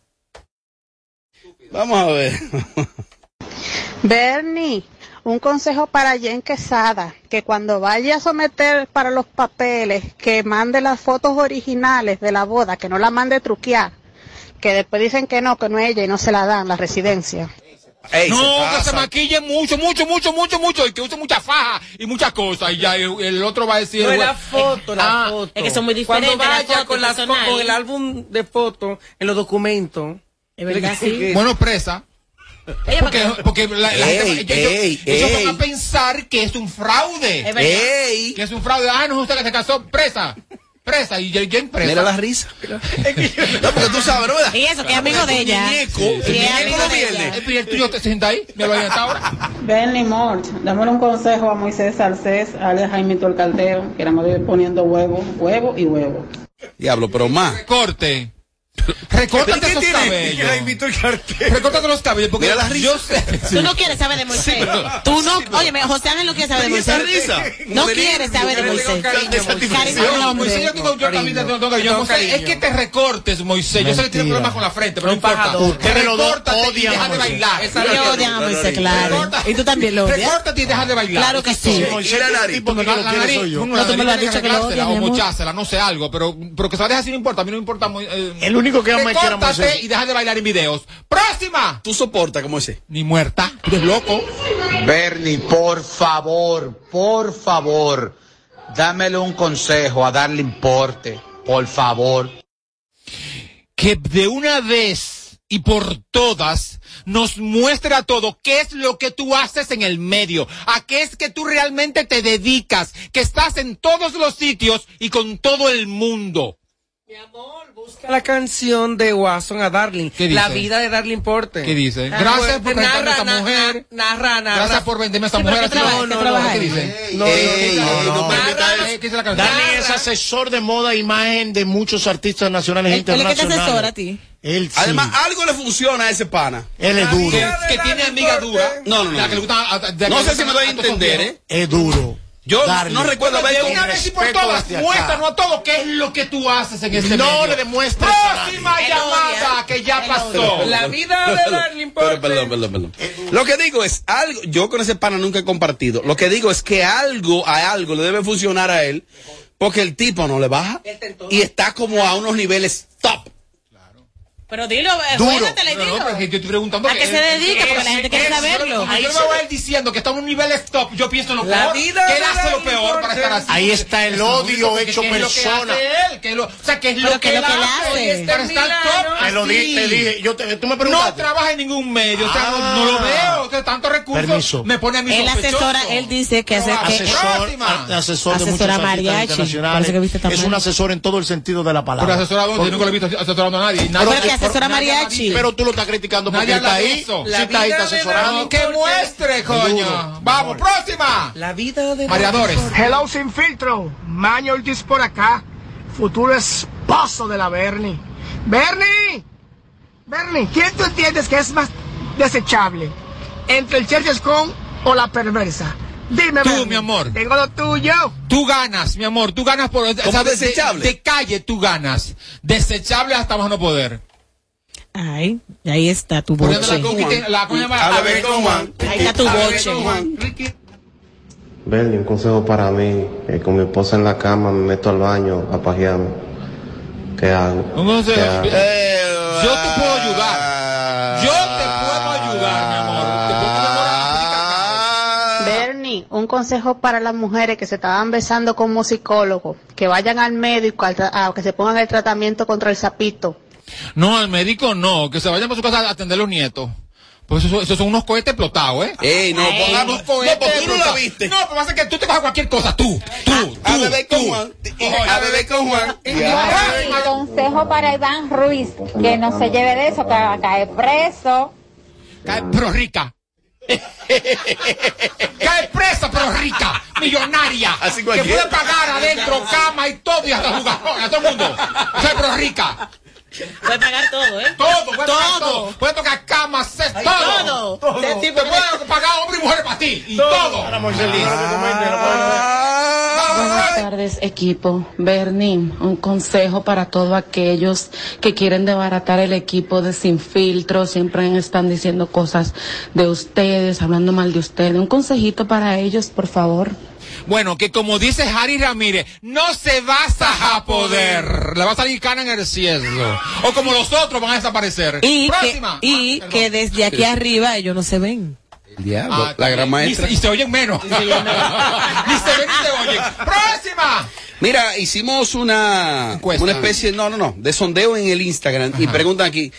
Speaker 5: Vamos a ver.
Speaker 10: Bernie, un consejo para Jen Quesada, que cuando vaya a someter para los papeles, que mande las fotos originales de la boda, que no la mande truquear, que después dicen que no, que no es ella y no se la dan, la residencia.
Speaker 7: Ey, no,
Speaker 12: se
Speaker 7: que
Speaker 12: pasa.
Speaker 7: se maquillen mucho, mucho, mucho, mucho, mucho, y que usen mucha faja y muchas cosas, y ya el, el otro va a decir...
Speaker 4: No, es
Speaker 7: bueno,
Speaker 4: la foto, la
Speaker 7: ah,
Speaker 4: foto.
Speaker 1: es que son muy
Speaker 4: Cuando
Speaker 1: diferentes, la
Speaker 4: vaya
Speaker 1: foto
Speaker 4: con, las fo-
Speaker 1: personal.
Speaker 4: con el álbum de fotos, en los documentos.
Speaker 1: Es verdad, sí.
Speaker 7: Bueno, presa. Porque, porque la, la
Speaker 4: Ey,
Speaker 7: gente, ellos-
Speaker 4: ey,
Speaker 7: ellos
Speaker 4: ey.
Speaker 7: van a pensar que es un fraude.
Speaker 1: Es verdad.
Speaker 7: Que es un fraude. Ah, no, usted que se casó presa. Presa. Y yo, yo en presa.
Speaker 12: Mira la risa. No, porque tú sabes, ¿no?
Speaker 1: Y eso, que es amigo de ella.
Speaker 12: Muñeco.
Speaker 1: Sí,
Speaker 12: el
Speaker 1: es
Speaker 12: muñeco
Speaker 1: amigo
Speaker 12: lo
Speaker 1: de
Speaker 12: pierde.
Speaker 1: ella.
Speaker 7: ¿Y el tuyo te sienta ahí? ¿Me lo hasta ahora?
Speaker 10: Benny Mort, dámosle un consejo a Moisés Salcés, alias Jaimito el Caldero, que vamos a ir poniendo huevo, huevo y huevo.
Speaker 12: Diablo, pero más.
Speaker 7: Corte. Recórtate esos cabellos. Recórtate los cabellos. Porque
Speaker 12: Mira la risa.
Speaker 7: yo sé.
Speaker 1: Tú no quieres saber de Moisés.
Speaker 7: Sí, pero-
Speaker 1: Tú no, oye, José Ángel no quiere saber de
Speaker 12: ¿Y esa
Speaker 1: Moisés.
Speaker 12: risa?
Speaker 1: No
Speaker 12: Mujeres,
Speaker 1: quiere saber de
Speaker 12: mujeres,
Speaker 1: Moisés.
Speaker 12: tengo cariño, Moisés.
Speaker 1: Cariño,
Speaker 7: No,
Speaker 1: hombre.
Speaker 7: Moisés, yo tengo yo también tengo- tengo cariño.
Speaker 4: Tengo
Speaker 7: Moisés,
Speaker 4: cariño.
Speaker 7: Es que te recortes, Moisés. Yo sé que tienes
Speaker 4: Mentira.
Speaker 7: problemas con la frente, pero no
Speaker 4: Son
Speaker 7: importa.
Speaker 4: pajadores.
Speaker 7: Te
Speaker 4: Pero los dos
Speaker 7: recórtate y
Speaker 4: odian a
Speaker 7: deja de
Speaker 4: Moisés.
Speaker 7: bailar.
Speaker 4: Esa es la
Speaker 1: Ellos odian a Moisés, claro. Y tú también lo odias.
Speaker 7: Recórtate y deja de bailar.
Speaker 1: Claro que sí.
Speaker 7: Moisés,
Speaker 1: Moisés era
Speaker 7: el
Speaker 1: nariz.
Speaker 7: tipo que
Speaker 1: Tú me
Speaker 7: la-
Speaker 1: lo
Speaker 7: la
Speaker 1: quieres,
Speaker 7: nariz,
Speaker 1: soy yo.
Speaker 7: pongo
Speaker 1: No,
Speaker 7: la
Speaker 1: tú me lo has
Speaker 7: nariz,
Speaker 1: dicho que lo
Speaker 7: arreglársela
Speaker 1: odias, mi
Speaker 7: O
Speaker 1: amor.
Speaker 7: mochársela, no sé algo, pero, pero que se la deje así no importa. A mí no me importa. muy- eh,
Speaker 3: El único que ama es que era
Speaker 7: recórtate
Speaker 3: Moisés.
Speaker 7: y deja de bailar en videos. ¡Próxima!
Speaker 12: Tú soportas como ese.
Speaker 7: Ni muerta. Tú eres loco.
Speaker 20: Bernie, por favor, por favor, dámele un consejo a darle importe, por favor.
Speaker 7: que de una vez y por todas nos muestre a todo qué es lo que tú haces en el medio, a qué es que tú realmente te dedicas, que estás en todos los sitios y con todo el mundo.
Speaker 4: Busca la canción de Watson a Darling.
Speaker 7: dice?
Speaker 4: La vida de Darling Porter.
Speaker 7: ¿Qué dice?
Speaker 4: Ah,
Speaker 7: Gracias por
Speaker 4: pues,
Speaker 7: presentarme a
Speaker 4: narra,
Speaker 7: esta
Speaker 4: na-
Speaker 7: mujer.
Speaker 4: Narra, narra.
Speaker 7: Gracias por venderme a esta
Speaker 4: Sí, pero
Speaker 7: mujer.
Speaker 4: ¿qué
Speaker 7: así.
Speaker 4: trabaja-
Speaker 7: No, no,
Speaker 4: qué
Speaker 7: no,
Speaker 4: trabaja
Speaker 7: ¿Qué
Speaker 4: ahí?
Speaker 7: dice?
Speaker 4: No, no,
Speaker 3: Ey,
Speaker 7: no,
Speaker 3: no,
Speaker 7: no,
Speaker 3: no,
Speaker 7: nada.
Speaker 3: permita eso.
Speaker 7: Eh, ¿Qué dice la canción?
Speaker 3: Darling es asesor de moda e imagen de muchos artistas nacionales e
Speaker 1: Él- él es que te
Speaker 3: internacionales.
Speaker 1: asesora a ti.
Speaker 3: Él sí.
Speaker 12: Además, algo le funciona a ese pana.
Speaker 3: él es duro.
Speaker 7: Que tiene amiga dura.
Speaker 12: No, no, no.
Speaker 7: La que le gusta a- a- de-
Speaker 12: No sé si me doy a
Speaker 7: todos los
Speaker 12: entender,
Speaker 7: viejos.
Speaker 12: ¿eh?
Speaker 3: Es duro.
Speaker 12: Yo
Speaker 3: Darling.
Speaker 12: no recuerdo haber
Speaker 7: De
Speaker 12: con
Speaker 7: una vez y por
Speaker 3: respeto
Speaker 7: todas,
Speaker 3: hacia acá.
Speaker 7: muéstranos a todo qué es lo que tú haces en este
Speaker 3: No
Speaker 7: medio.
Speaker 3: le demuestres a nadie.
Speaker 7: Próxima
Speaker 4: Él
Speaker 7: llamada
Speaker 4: odia.
Speaker 7: que ya
Speaker 4: Él
Speaker 7: pasó.
Speaker 4: odia. La vida de Darling Porter.
Speaker 12: Pero, perdón, perdón, perdón. Lo que digo es algo, yo con ese pana nunca he compartido. Lo que digo es que algo a algo le debe funcionar a él, porque el tipo no le baja y está como a unos niveles top.
Speaker 1: Pero dilo, eh,
Speaker 3: Duro.
Speaker 1: juégatela y
Speaker 7: No, no,
Speaker 1: dilo.
Speaker 7: pero es que yo estoy preguntando
Speaker 1: ¿A qué se dedica? Porque la gente quiere
Speaker 7: es-
Speaker 1: saberlo.
Speaker 7: Como yo me voy a ir diciendo que está en un nivel stop, yo pienso lo
Speaker 4: La
Speaker 7: peor.
Speaker 4: vida
Speaker 7: ¿Qué
Speaker 4: de
Speaker 7: le hace lo
Speaker 4: Darling
Speaker 7: peor para
Speaker 4: Porter.
Speaker 7: estar así?
Speaker 3: Ahí está el
Speaker 7: Eso es lo único
Speaker 3: odio
Speaker 7: que-
Speaker 3: hecho
Speaker 7: que es lo que
Speaker 3: persona.
Speaker 7: hace él, que es lo- o sea, que es lo
Speaker 1: Pero que
Speaker 7: que este él
Speaker 1: lo que él hace.
Speaker 7: hace. Para estar top
Speaker 3: Te lo
Speaker 7: así.
Speaker 3: di, te dije. Yo te, tú me
Speaker 7: No
Speaker 3: preguntaste.
Speaker 7: trabaja en ningún medio, o sea, no-
Speaker 3: Ah.
Speaker 7: no lo veo, o sea, tanto recurso
Speaker 3: Permiso.
Speaker 7: me pone a mi
Speaker 1: Él asesora, él dice que hace- que-
Speaker 3: asesor,
Speaker 7: Próxima.
Speaker 3: a- asesor de
Speaker 1: Asesora
Speaker 3: muchos artistas
Speaker 1: mariachi.
Speaker 3: internacionales.
Speaker 1: Parece que viste tan
Speaker 3: Es
Speaker 1: mal.
Speaker 3: un asesor en todo el sentido de la palabra.
Speaker 7: Pero asesorado, yo nunca lo he visto asesorando a nadie. Nadie-
Speaker 1: Pero que asesora
Speaker 7: nadie habla de
Speaker 1: mariachi.
Speaker 7: eso.
Speaker 3: Pero tú lo estás criticando porque
Speaker 7: Nadie
Speaker 3: está
Speaker 7: habla de
Speaker 3: ahí.
Speaker 7: eso.
Speaker 3: Sí
Speaker 4: La
Speaker 3: está ahí,
Speaker 4: vida
Speaker 3: está
Speaker 4: de
Speaker 3: asesorado.
Speaker 4: Dani
Speaker 7: Que muestre, coño.
Speaker 3: Duro.
Speaker 7: Vamos, próxima.
Speaker 4: La vida de
Speaker 7: Mareadores.
Speaker 17: Hello sin filtro, Maño Ortiz por acá, futuro esposo de la Bernie. Bernie, Bernie, ¿quién tú entiendes que es más desechable? ¿Entre el Churches con o la perversa? Dime,
Speaker 7: Tú,
Speaker 17: Bernie.
Speaker 7: mi amor.
Speaker 17: Tengo lo tuyo.
Speaker 7: Tú ganas, mi amor, tú ganas por...
Speaker 12: ¿Cómo desechable?
Speaker 7: De, de calle tú ganas. Desechable hasta más no poder.
Speaker 1: Ay, ahí está tu
Speaker 7: Por
Speaker 1: boche.
Speaker 7: ejemplo, la conquista- la coña más-
Speaker 12: A beber con Juan.
Speaker 1: Ahí está tu
Speaker 7: A ver,
Speaker 1: boche.
Speaker 7: don Juan, Ricky.
Speaker 21: Bernie, un consejo para mí, que con mi esposa en la cama me meto al baño a pajearme. ¿Qué hago?
Speaker 7: Un consejo. Eh,
Speaker 21: ¿Qué hago?
Speaker 7: Yo te puedo ayudar. Yo te puedo ayudar, mi amor. Te puedo- mi amor,
Speaker 10: Bernie, un consejo para las mujeres que se estaban besando como psicólogo, que vayan al médico al tra- a que se pongan el tratamiento contra el sapito.
Speaker 7: No, al médico no. Que se vayan para su casa a atender a los nietos. Pues esos esos son unos cohetes explotados, ¿eh?
Speaker 12: Ey, no,
Speaker 7: Ay,
Speaker 12: pongamos.
Speaker 7: no,
Speaker 12: No, porque tú no la viste.
Speaker 7: No, pero pasa que tú te coges cualquier cosa, tú, tú,
Speaker 12: A
Speaker 7: tú,
Speaker 12: beber
Speaker 7: tú.
Speaker 12: con Juan. Y- A beber con Juan.
Speaker 22: Consejo para Iván Ruiz, que no se lleve de eso, que va a caer preso.
Speaker 7: Cae pro rica. Cae presa pro rica, millonaria.
Speaker 12: Así
Speaker 7: que
Speaker 12: cualquiera.
Speaker 7: puede pagar adentro cama y todo y hasta jugador, a todo el mundo. Cae pro rica.
Speaker 1: Puede pagar todo, ¿eh?
Speaker 7: Todo, puede tocar
Speaker 1: Todo.
Speaker 7: todo. Puede tocar cama, set, todo.
Speaker 1: todo.
Speaker 7: Te
Speaker 1: Ese tipo
Speaker 7: puede pagar hombre y mujer para ti. Y todo. Ah.
Speaker 3: Ahora, Marcelino, no te comentes, no puedes comer.
Speaker 23: Buenas tardes, equipo. Bernie, un consejo para todos aquellos que quieren desbaratar el equipo de Sin Filtro. Siempre están diciendo cosas de ustedes, hablando mal de ustedes. Un consejito para ellos, por favor.
Speaker 7: Bueno, que como dice Harry Ramírez, no se vas a poder. Le va a salir cana en el cielo. O como los otros van a desaparecer.
Speaker 1: Y, que,
Speaker 7: Próxima.
Speaker 1: y que desde aquí arriba ellos no se ven.
Speaker 5: El diablo, la gran maestra.
Speaker 7: Y se oyen menos. ni se ven ni se oyen. ¡Próxima!
Speaker 5: Mira, hicimos una, una especie, no, no, no, de sondeo en el Instagram y preguntan aquí.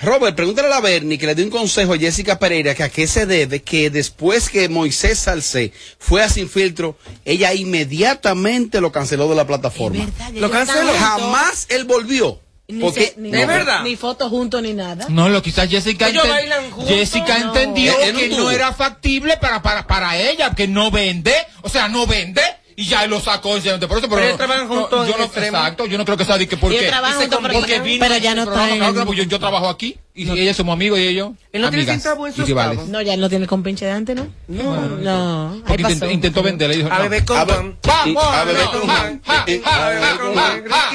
Speaker 5: Robert, pregúntale a Bernie que le dé un consejo a Jessica Pereira que a qué se debe que después que Moisés Salcé fue a Sin Filtro, ella inmediatamente lo canceló de la plataforma.
Speaker 1: Lo canceló.
Speaker 5: Jamás él volvió. Porque,
Speaker 1: ni, ni foto junto ni nada.
Speaker 7: No, lo quizás Jessica,
Speaker 1: Ellos
Speaker 7: enten-
Speaker 1: bailan juntos.
Speaker 7: Jessica
Speaker 1: No.
Speaker 7: entendió
Speaker 5: Eh,
Speaker 1: En- en un
Speaker 7: que
Speaker 1: tubo.
Speaker 7: no era factible para, para, para ella, que no vende, o sea, no vende. Y ya lo sacó incidente por eso, pero,
Speaker 4: Pero ellos trabajan
Speaker 7: no,
Speaker 4: juntos
Speaker 7: yo
Speaker 4: en
Speaker 7: no,
Speaker 4: extremo.
Speaker 7: exacto, yo no creo que sea de que porque,
Speaker 4: Ellos trabajan
Speaker 7: y se
Speaker 4: juntos,
Speaker 7: con-
Speaker 4: pero
Speaker 7: porque
Speaker 4: ya-
Speaker 7: vino
Speaker 4: pero ya
Speaker 7: este
Speaker 4: no
Speaker 7: programa,
Speaker 4: está
Speaker 7: claro,
Speaker 4: en-
Speaker 7: claro, porque yo, yo trabajo aquí y ella somos amigos y ellos
Speaker 1: Él no tiene
Speaker 7: amigas
Speaker 1: centavo en
Speaker 7: y
Speaker 1: sus
Speaker 7: rivales.
Speaker 1: No, ya él no tiene el compinche de antes, ¿no? No, no. ahí
Speaker 7: Porque
Speaker 1: pasó.
Speaker 7: intent- intentó venderle y dijo,
Speaker 4: A
Speaker 7: no.
Speaker 4: bebé con pan.
Speaker 7: Vamos,
Speaker 4: A bebé
Speaker 7: no,
Speaker 4: con
Speaker 7: ja,
Speaker 4: pan.
Speaker 7: ja, ja, ja, ja, ja.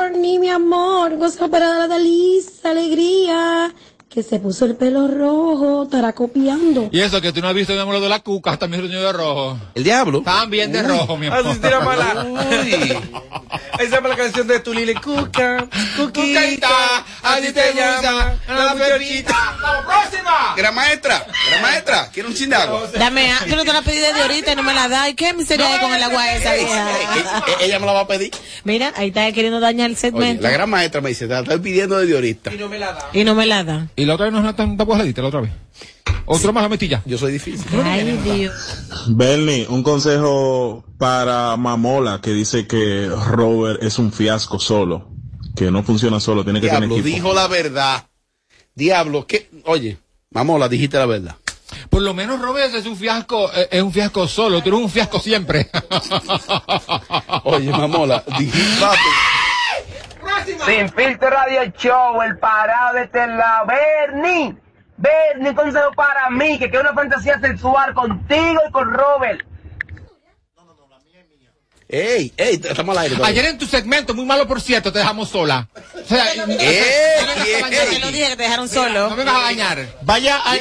Speaker 6: Bernie, mi amor, gozo para la delicia, alegría, que se puso el pelo rojo, estará copiando.
Speaker 7: Y eso que tú no has visto, mi amor, lo de la cuca, también se unió de rojo.
Speaker 5: El diablo.
Speaker 7: También de rojo, mi amor.
Speaker 4: Así se llama la. Esa llama la canción de Tulile Cuca. Cuquita. Así te llama. La muchachita.
Speaker 7: ¡La próxima!
Speaker 5: Gran maestra, gran maestra, quiero un chin de agua.
Speaker 1: Dame, a- yo no te la pedí desde ahorita y no me la da. ¿Y qué miseria hay con el agua esa? vieja?
Speaker 5: Eh, Ella me la va a pedir.
Speaker 1: Mira, ahí está queriendo dañar el
Speaker 5: Oye,
Speaker 1: segmento.
Speaker 5: la gran maestra me dice, te la estoy pidiendo desde ahorita.
Speaker 1: Y no me la da.
Speaker 7: Y la otra vez no es la tan tapuajadita, la otra vez. Otro más la metilla.
Speaker 5: Yo soy difícil.
Speaker 1: Ay, Dios.
Speaker 9: Bernie, un consejo para Mamola que dice que Robert es un fiasco solo, que no funciona solo, tiene que
Speaker 5: Diablo,
Speaker 9: tener equipo.
Speaker 5: dijo la verdad. Diablo, que, oye, mamola, dijiste la verdad.
Speaker 7: Por lo menos Robert es un fiasco, eh, es un fiasco solo, tú eres un fiasco siempre.
Speaker 5: Oye, mamola, dijiste,
Speaker 11: Sin filtro radio show, el parado de este lado. Bernie, Bernie, consejo para mí, que quiero una fantasía sexual contigo y con Robert.
Speaker 5: ey, ey, estamos al aire. todavía.
Speaker 7: Ayer en tu segmento, muy malo por cierto, te dejamos sola. O sea, no vengas
Speaker 5: ¡Ey!
Speaker 7: a dañar.
Speaker 1: Te lo dije que te dejaron solo.
Speaker 7: No me vas a dañar.
Speaker 3: Vaya a-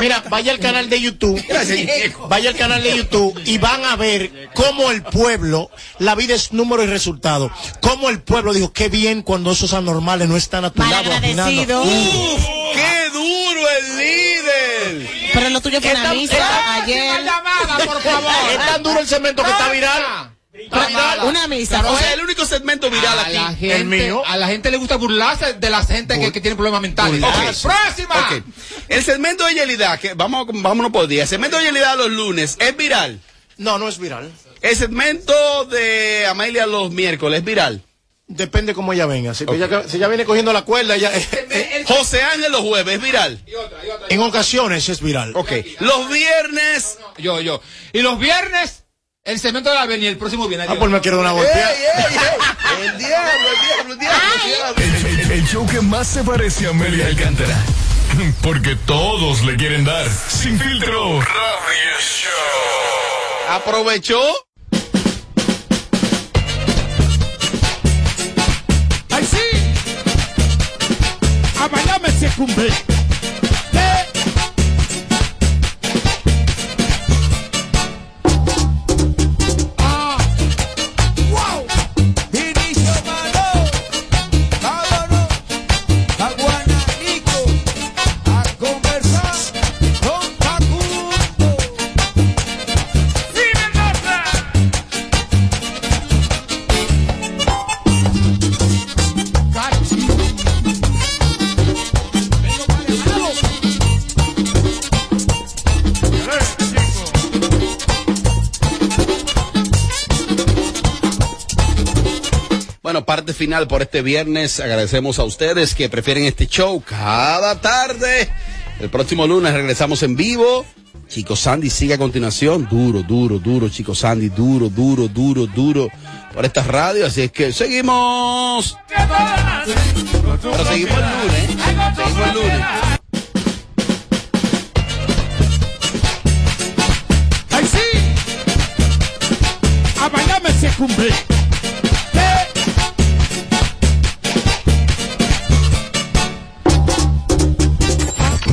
Speaker 3: Mira, vaya al canal de YouTube.
Speaker 5: Gracias, Diego.
Speaker 3: vaya al canal de YouTube y van a ver cómo el pueblo, la vida es número y resultado. Cómo el pueblo dijo, qué bien cuando esos anormales no están a tu lado. Uh. opinando".
Speaker 5: Uf, ¡Qué duro el líder!
Speaker 1: Pero lo tuyo fue una
Speaker 3: Están-
Speaker 1: risa
Speaker 3: están-
Speaker 1: ayer.
Speaker 7: llamada, por favor.
Speaker 3: Es tan duro el cemento que está viral.
Speaker 1: Está viral. Una misa.
Speaker 5: O sea, el único segmento viral
Speaker 7: A la
Speaker 5: aquí.
Speaker 7: gente, A la gente le gusta burlarse de la gente que, que tiene problemas mentales.
Speaker 5: Ok.
Speaker 7: Ok, ¡Próxima!
Speaker 5: Ok. El segmento de Yelida, que vamos, vámonos por día. El segmento de Yelida los lunes es viral.
Speaker 3: No, no es viral.
Speaker 5: El segmento de Amelia los miércoles es viral.
Speaker 3: Depende cómo ella venga. Si, ella, si ella viene cogiendo la cuerda, ella- eh,
Speaker 5: José Ángel los jueves es viral.
Speaker 3: en ocasiones es viral.
Speaker 5: Ok. Los viernes.
Speaker 7: Yo, yo. Y los viernes, el segmento de la avenida, el próximo viernes.
Speaker 3: Ah, pues me quiero una
Speaker 7: golpeada.
Speaker 3: golpeada.
Speaker 5: El diablo, el diablo, el diablo, el diablo.
Speaker 8: El, el- el show que más se parece a Amelia Alcántara. Porque todos le quieren dar. Sin filtro.
Speaker 5: Aprovechó.
Speaker 11: ¡Ay, sí! A bailarme se cumple.
Speaker 18: Ah. Inicio mano, vámonos a Guananico a conversar con Facundo. ¡Sí, Mendoza! ¡Cachi! ¡Vengo manejado!
Speaker 5: Bueno, parte final por este viernes. Agradecemos a ustedes que prefieren este show cada tarde. El próximo lunes regresamos en vivo. Chico Sandy sigue a continuación. Duro, duro, duro, Chico Sandy. Duro, duro, duro, duro. Por estas radios. Así es que seguimos. Pero seguimos el lunes. Seguimos el lunes.
Speaker 11: ¡Ay, sí! A bailarme se cumple.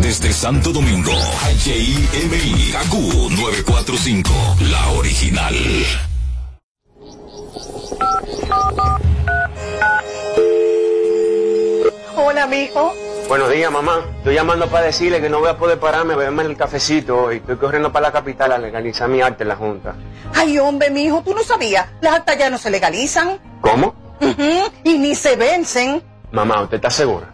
Speaker 8: Desde
Speaker 24: Santo Domingo. HIMI KQ 945. La original.
Speaker 14: Hola, mijo.
Speaker 7: Buenos días, mamá. Estoy llamando para decirle que no voy a poder pararme a beberme el cafecito hoy. Estoy corriendo para la capital a legalizar mi arte en la Junta.
Speaker 14: Ay, hombre, mijo, tú no sabías. Las actas ya no se legalizan.
Speaker 7: ¿Cómo?
Speaker 14: Ujú, Y ni se vencen.
Speaker 7: Mamá, ¿usted está segura?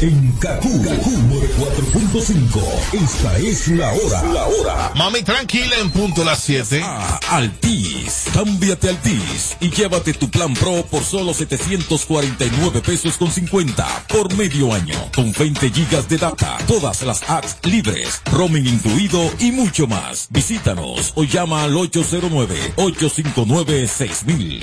Speaker 24: En KQ 4.5. Esta es la hora. La hora. Mami, tranquila en punto las 7. Ah, Altis. Cámbiate a Altis y llévate tu plan pro por solo 749 pesos con 50 por medio año. Con 20 gigas de data, todas las apps libres, roaming incluido y mucho más. Visítanos o llama al 809-859-6000.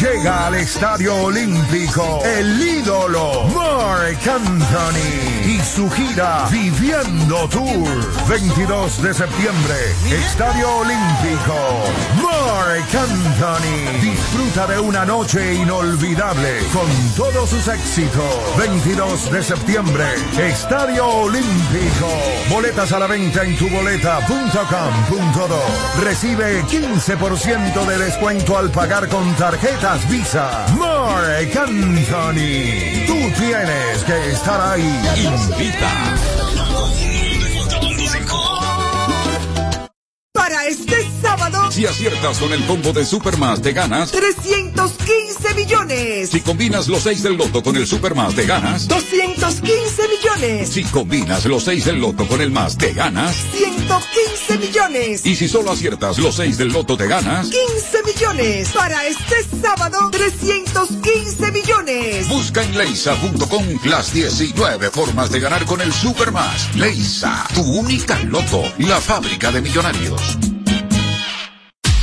Speaker 25: Llega al Estadio Olímpico el ídolo Mark Anthony y su gira Viviendo Tour. 22 de septiembre, Estadio Olímpico. Mark Anthony disfruta de una noche inolvidable con todos sus éxitos. 22 de septiembre, Estadio Olímpico. Boletas a la venta en tuboleta.com.do. Recibe 15% de descuento al pagar con tarjetas Visa. Mark Anthony, tú tienes que estar ahí. Invita.
Speaker 26: Para este sábado,
Speaker 24: Si aciertas con el combo de Supermas de ganas,
Speaker 26: 315 millones.
Speaker 24: si combinas los 6 del loto con el Supermas de ganas,
Speaker 26: 215 millones.
Speaker 24: si combinas los 6 del loto con el más de ganas,
Speaker 26: 115 millones.
Speaker 24: Y si solo aciertas los 6 del loto te ganas,
Speaker 26: 15 millones. Para este sábado, 315 millones.
Speaker 24: busca en leisa.com las 19 formas de ganar con el Supermas. Leisa, tu única loto, la fábrica de millonarios.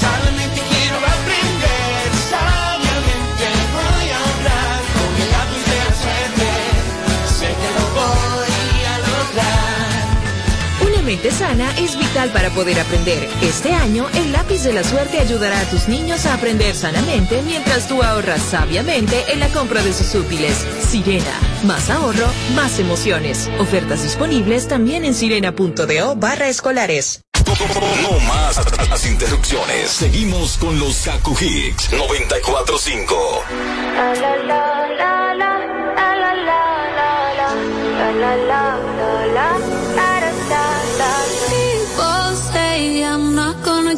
Speaker 11: Solamente quiero aprender, sabiamente voy a hablar con el lápiz de la suerte. Sé que lo voy a lograr.
Speaker 27: Una mente sana es vital para poder aprender. Este año, el lápiz de la suerte ayudará a tus niños a aprender sanamente mientras tú ahorras sabiamente en la compra de sus útiles. Sirena, más ahorro, más emociones. Ofertas disponibles también en sirena.do barra escolares.
Speaker 24: No más las interrupciones. Seguimos con los Kaku Hicks 945.
Speaker 22: People say I'm not gonna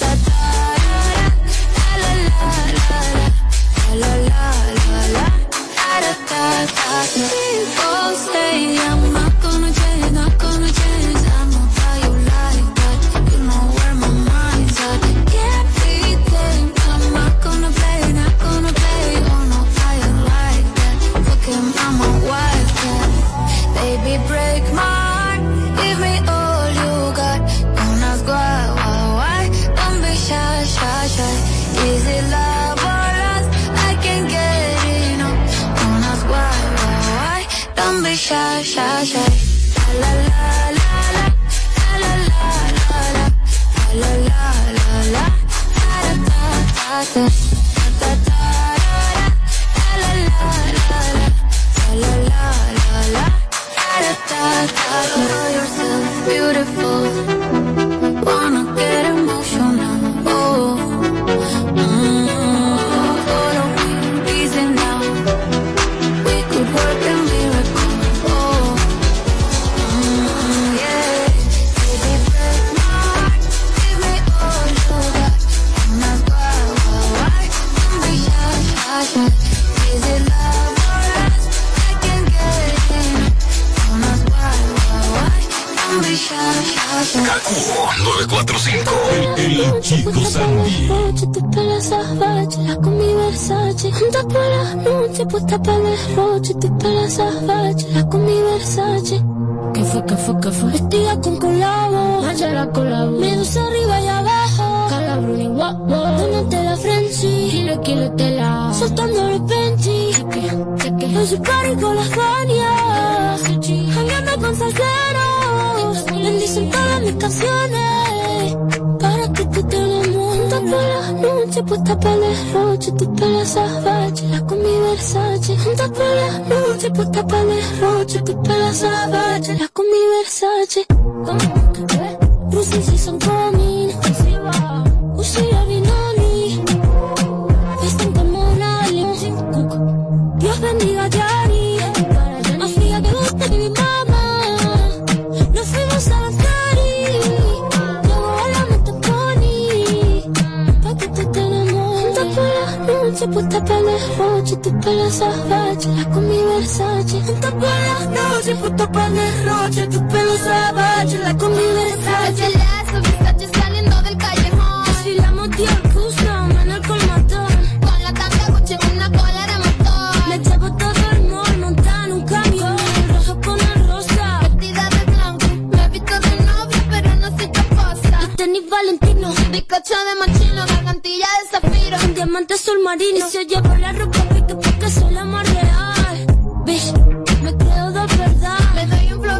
Speaker 22: Da da da da, la la la la, la la la la, la da da da. People say I'm not gonna change, not gonna change. I know how you like that. You know where my
Speaker 28: boy shy, shy, shy. La la la la la, la la la la la, la la la la, ta ta ta ta, ta ta ta ra ra, la la la la, la la la la, ta ta ta ta. Know yourself beautiful, wanna get emotional. Oh, mm, follow me, reason now. We could work a miracle. Oh, mm, yeah. Baby, break my heart. Give me all you got. Oh my God, why, why? Don't be shy, shy, shy. Is it love or lust? I can't get in. Oh my God, why, why? Don't be shy, shy, shy.
Speaker 24: Kaku 945. El, el chico Sandy.
Speaker 28: Versace, tu pelo Versace, la combi Versace. Juntas por la noche, puesta para derroche. Tu pelo Versace, la combi Versache. ¿Qué fue, qué fue, qué fue? Vestida con colabo, allá la colabo. Medusa arriba y abajo, calabrón y guapo. Dándote la frenzy, kilo, kilo tela. Soltando los pentis, en su party con las Fania. Cambiando con salseros, bendicen todas mis canciones para que tú te enamores. Juntas por la noche, puesta para el derroche, tu pelo salvaje, la combi Versace. Juntas por la noche, puesta para el derroche, tu pelo salvaje, la combi Versace. Bruce si son coming, Usi Avinoni, Visten como Cook. Dios bendiga a Yari, más fría que gusta mi mamá. Nos fuimos a la cari, luego hablamos de Pony, pa' que tú te enamores. Juntas por la noche, puesta para el derroche, tu pelo salvaje, la combi Versace. Juntas por la noche, puesta para el derroche, tu pelo salvaje, la combi Versace. saliendo del callejón. Desfilamos Dior Custom en el colmatón. Con la tanda Gucci, una cola de motor. Le echaba todo el mall, montan un camión. El rojo con el rosa. Vestida de blanco, me he visto de novia, pero no soy taposa. Tenis Valentino, bizcocho de machino, gargantilla de zafiro. Un diamante azul marino. Y se oye por la ropa porque, porque soy la más real. Bitch, me creo de verdad. Me doy un flow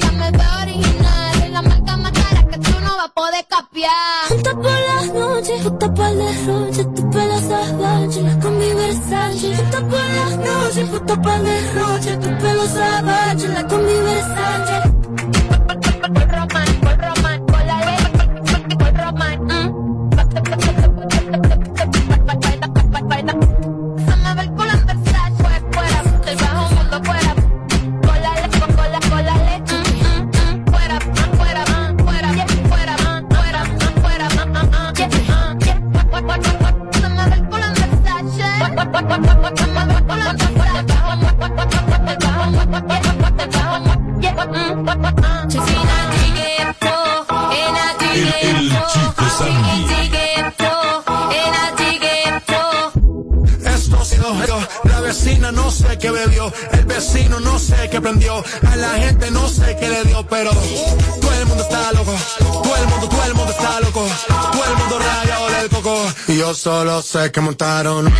Speaker 28: que me veo original. Soy la marca más cara que tú no vas a poder capiar. Juntas por las noches, juntas por el derroche, tu pelo salvaje, la combi Versace. Juntas por las noches, juntas por el derroche, tu pelo salvaje, la combi Versace. Por Román, por Román, por la ley, por Román, mm. Se me ve el culo en Versace, fuera, fuera, estoy bajo un mundo fuera. Colale, con cola, colale, mm, mm, mm. fuera, ah, fuera, ah, fuera, yeah, fuera, ah, fuera, ah, fuera, ah, ah, ah, yeah, ah, yeah. Fue- fue- fue- fue- Se me ve el culo en Versace. Fue- fue- fue- fue- fue- Se me ve el culo en Versace. Bajo, fue- fue- fue- fue- fue- bajo, fue- fue- fue- fue- fue- bajo, yeah, mm, fue- fue- ah.
Speaker 24: El, el chico Sandy.
Speaker 11: Esto ha sido yo. La vecina no sé qué bebió. El vecino no sé qué prendió. A la gente no sé qué le dio, pero todo el mundo está loco. Todo el mundo, todo el mundo está loco. Todo el mundo rayado del coco. Y yo solo sé que montaron.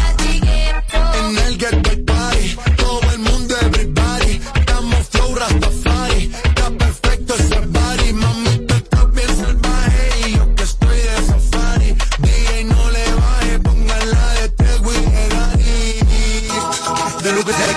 Speaker 11: En el ghetto hay party, todo el mundo everybody, estamos flow rastafari, está perfecto ese body, mami tú estás bien salvaje y yo que estoy de safari, DJ no le baje, póngala de Tego y de Daddy. De Luke y de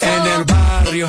Speaker 11: En el barrio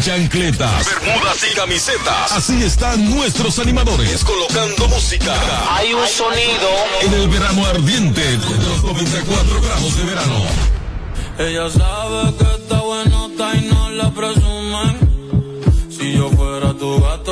Speaker 27: chancletas,
Speaker 24: Bermudas y camisetas.
Speaker 27: Así están nuestros animadores colocando música.
Speaker 24: Hay un sonido.
Speaker 27: En el verano ardiente, con los 94 grados de verano.
Speaker 11: Ella sabe que está buenota y no la presumen. Si yo fuera tu gato,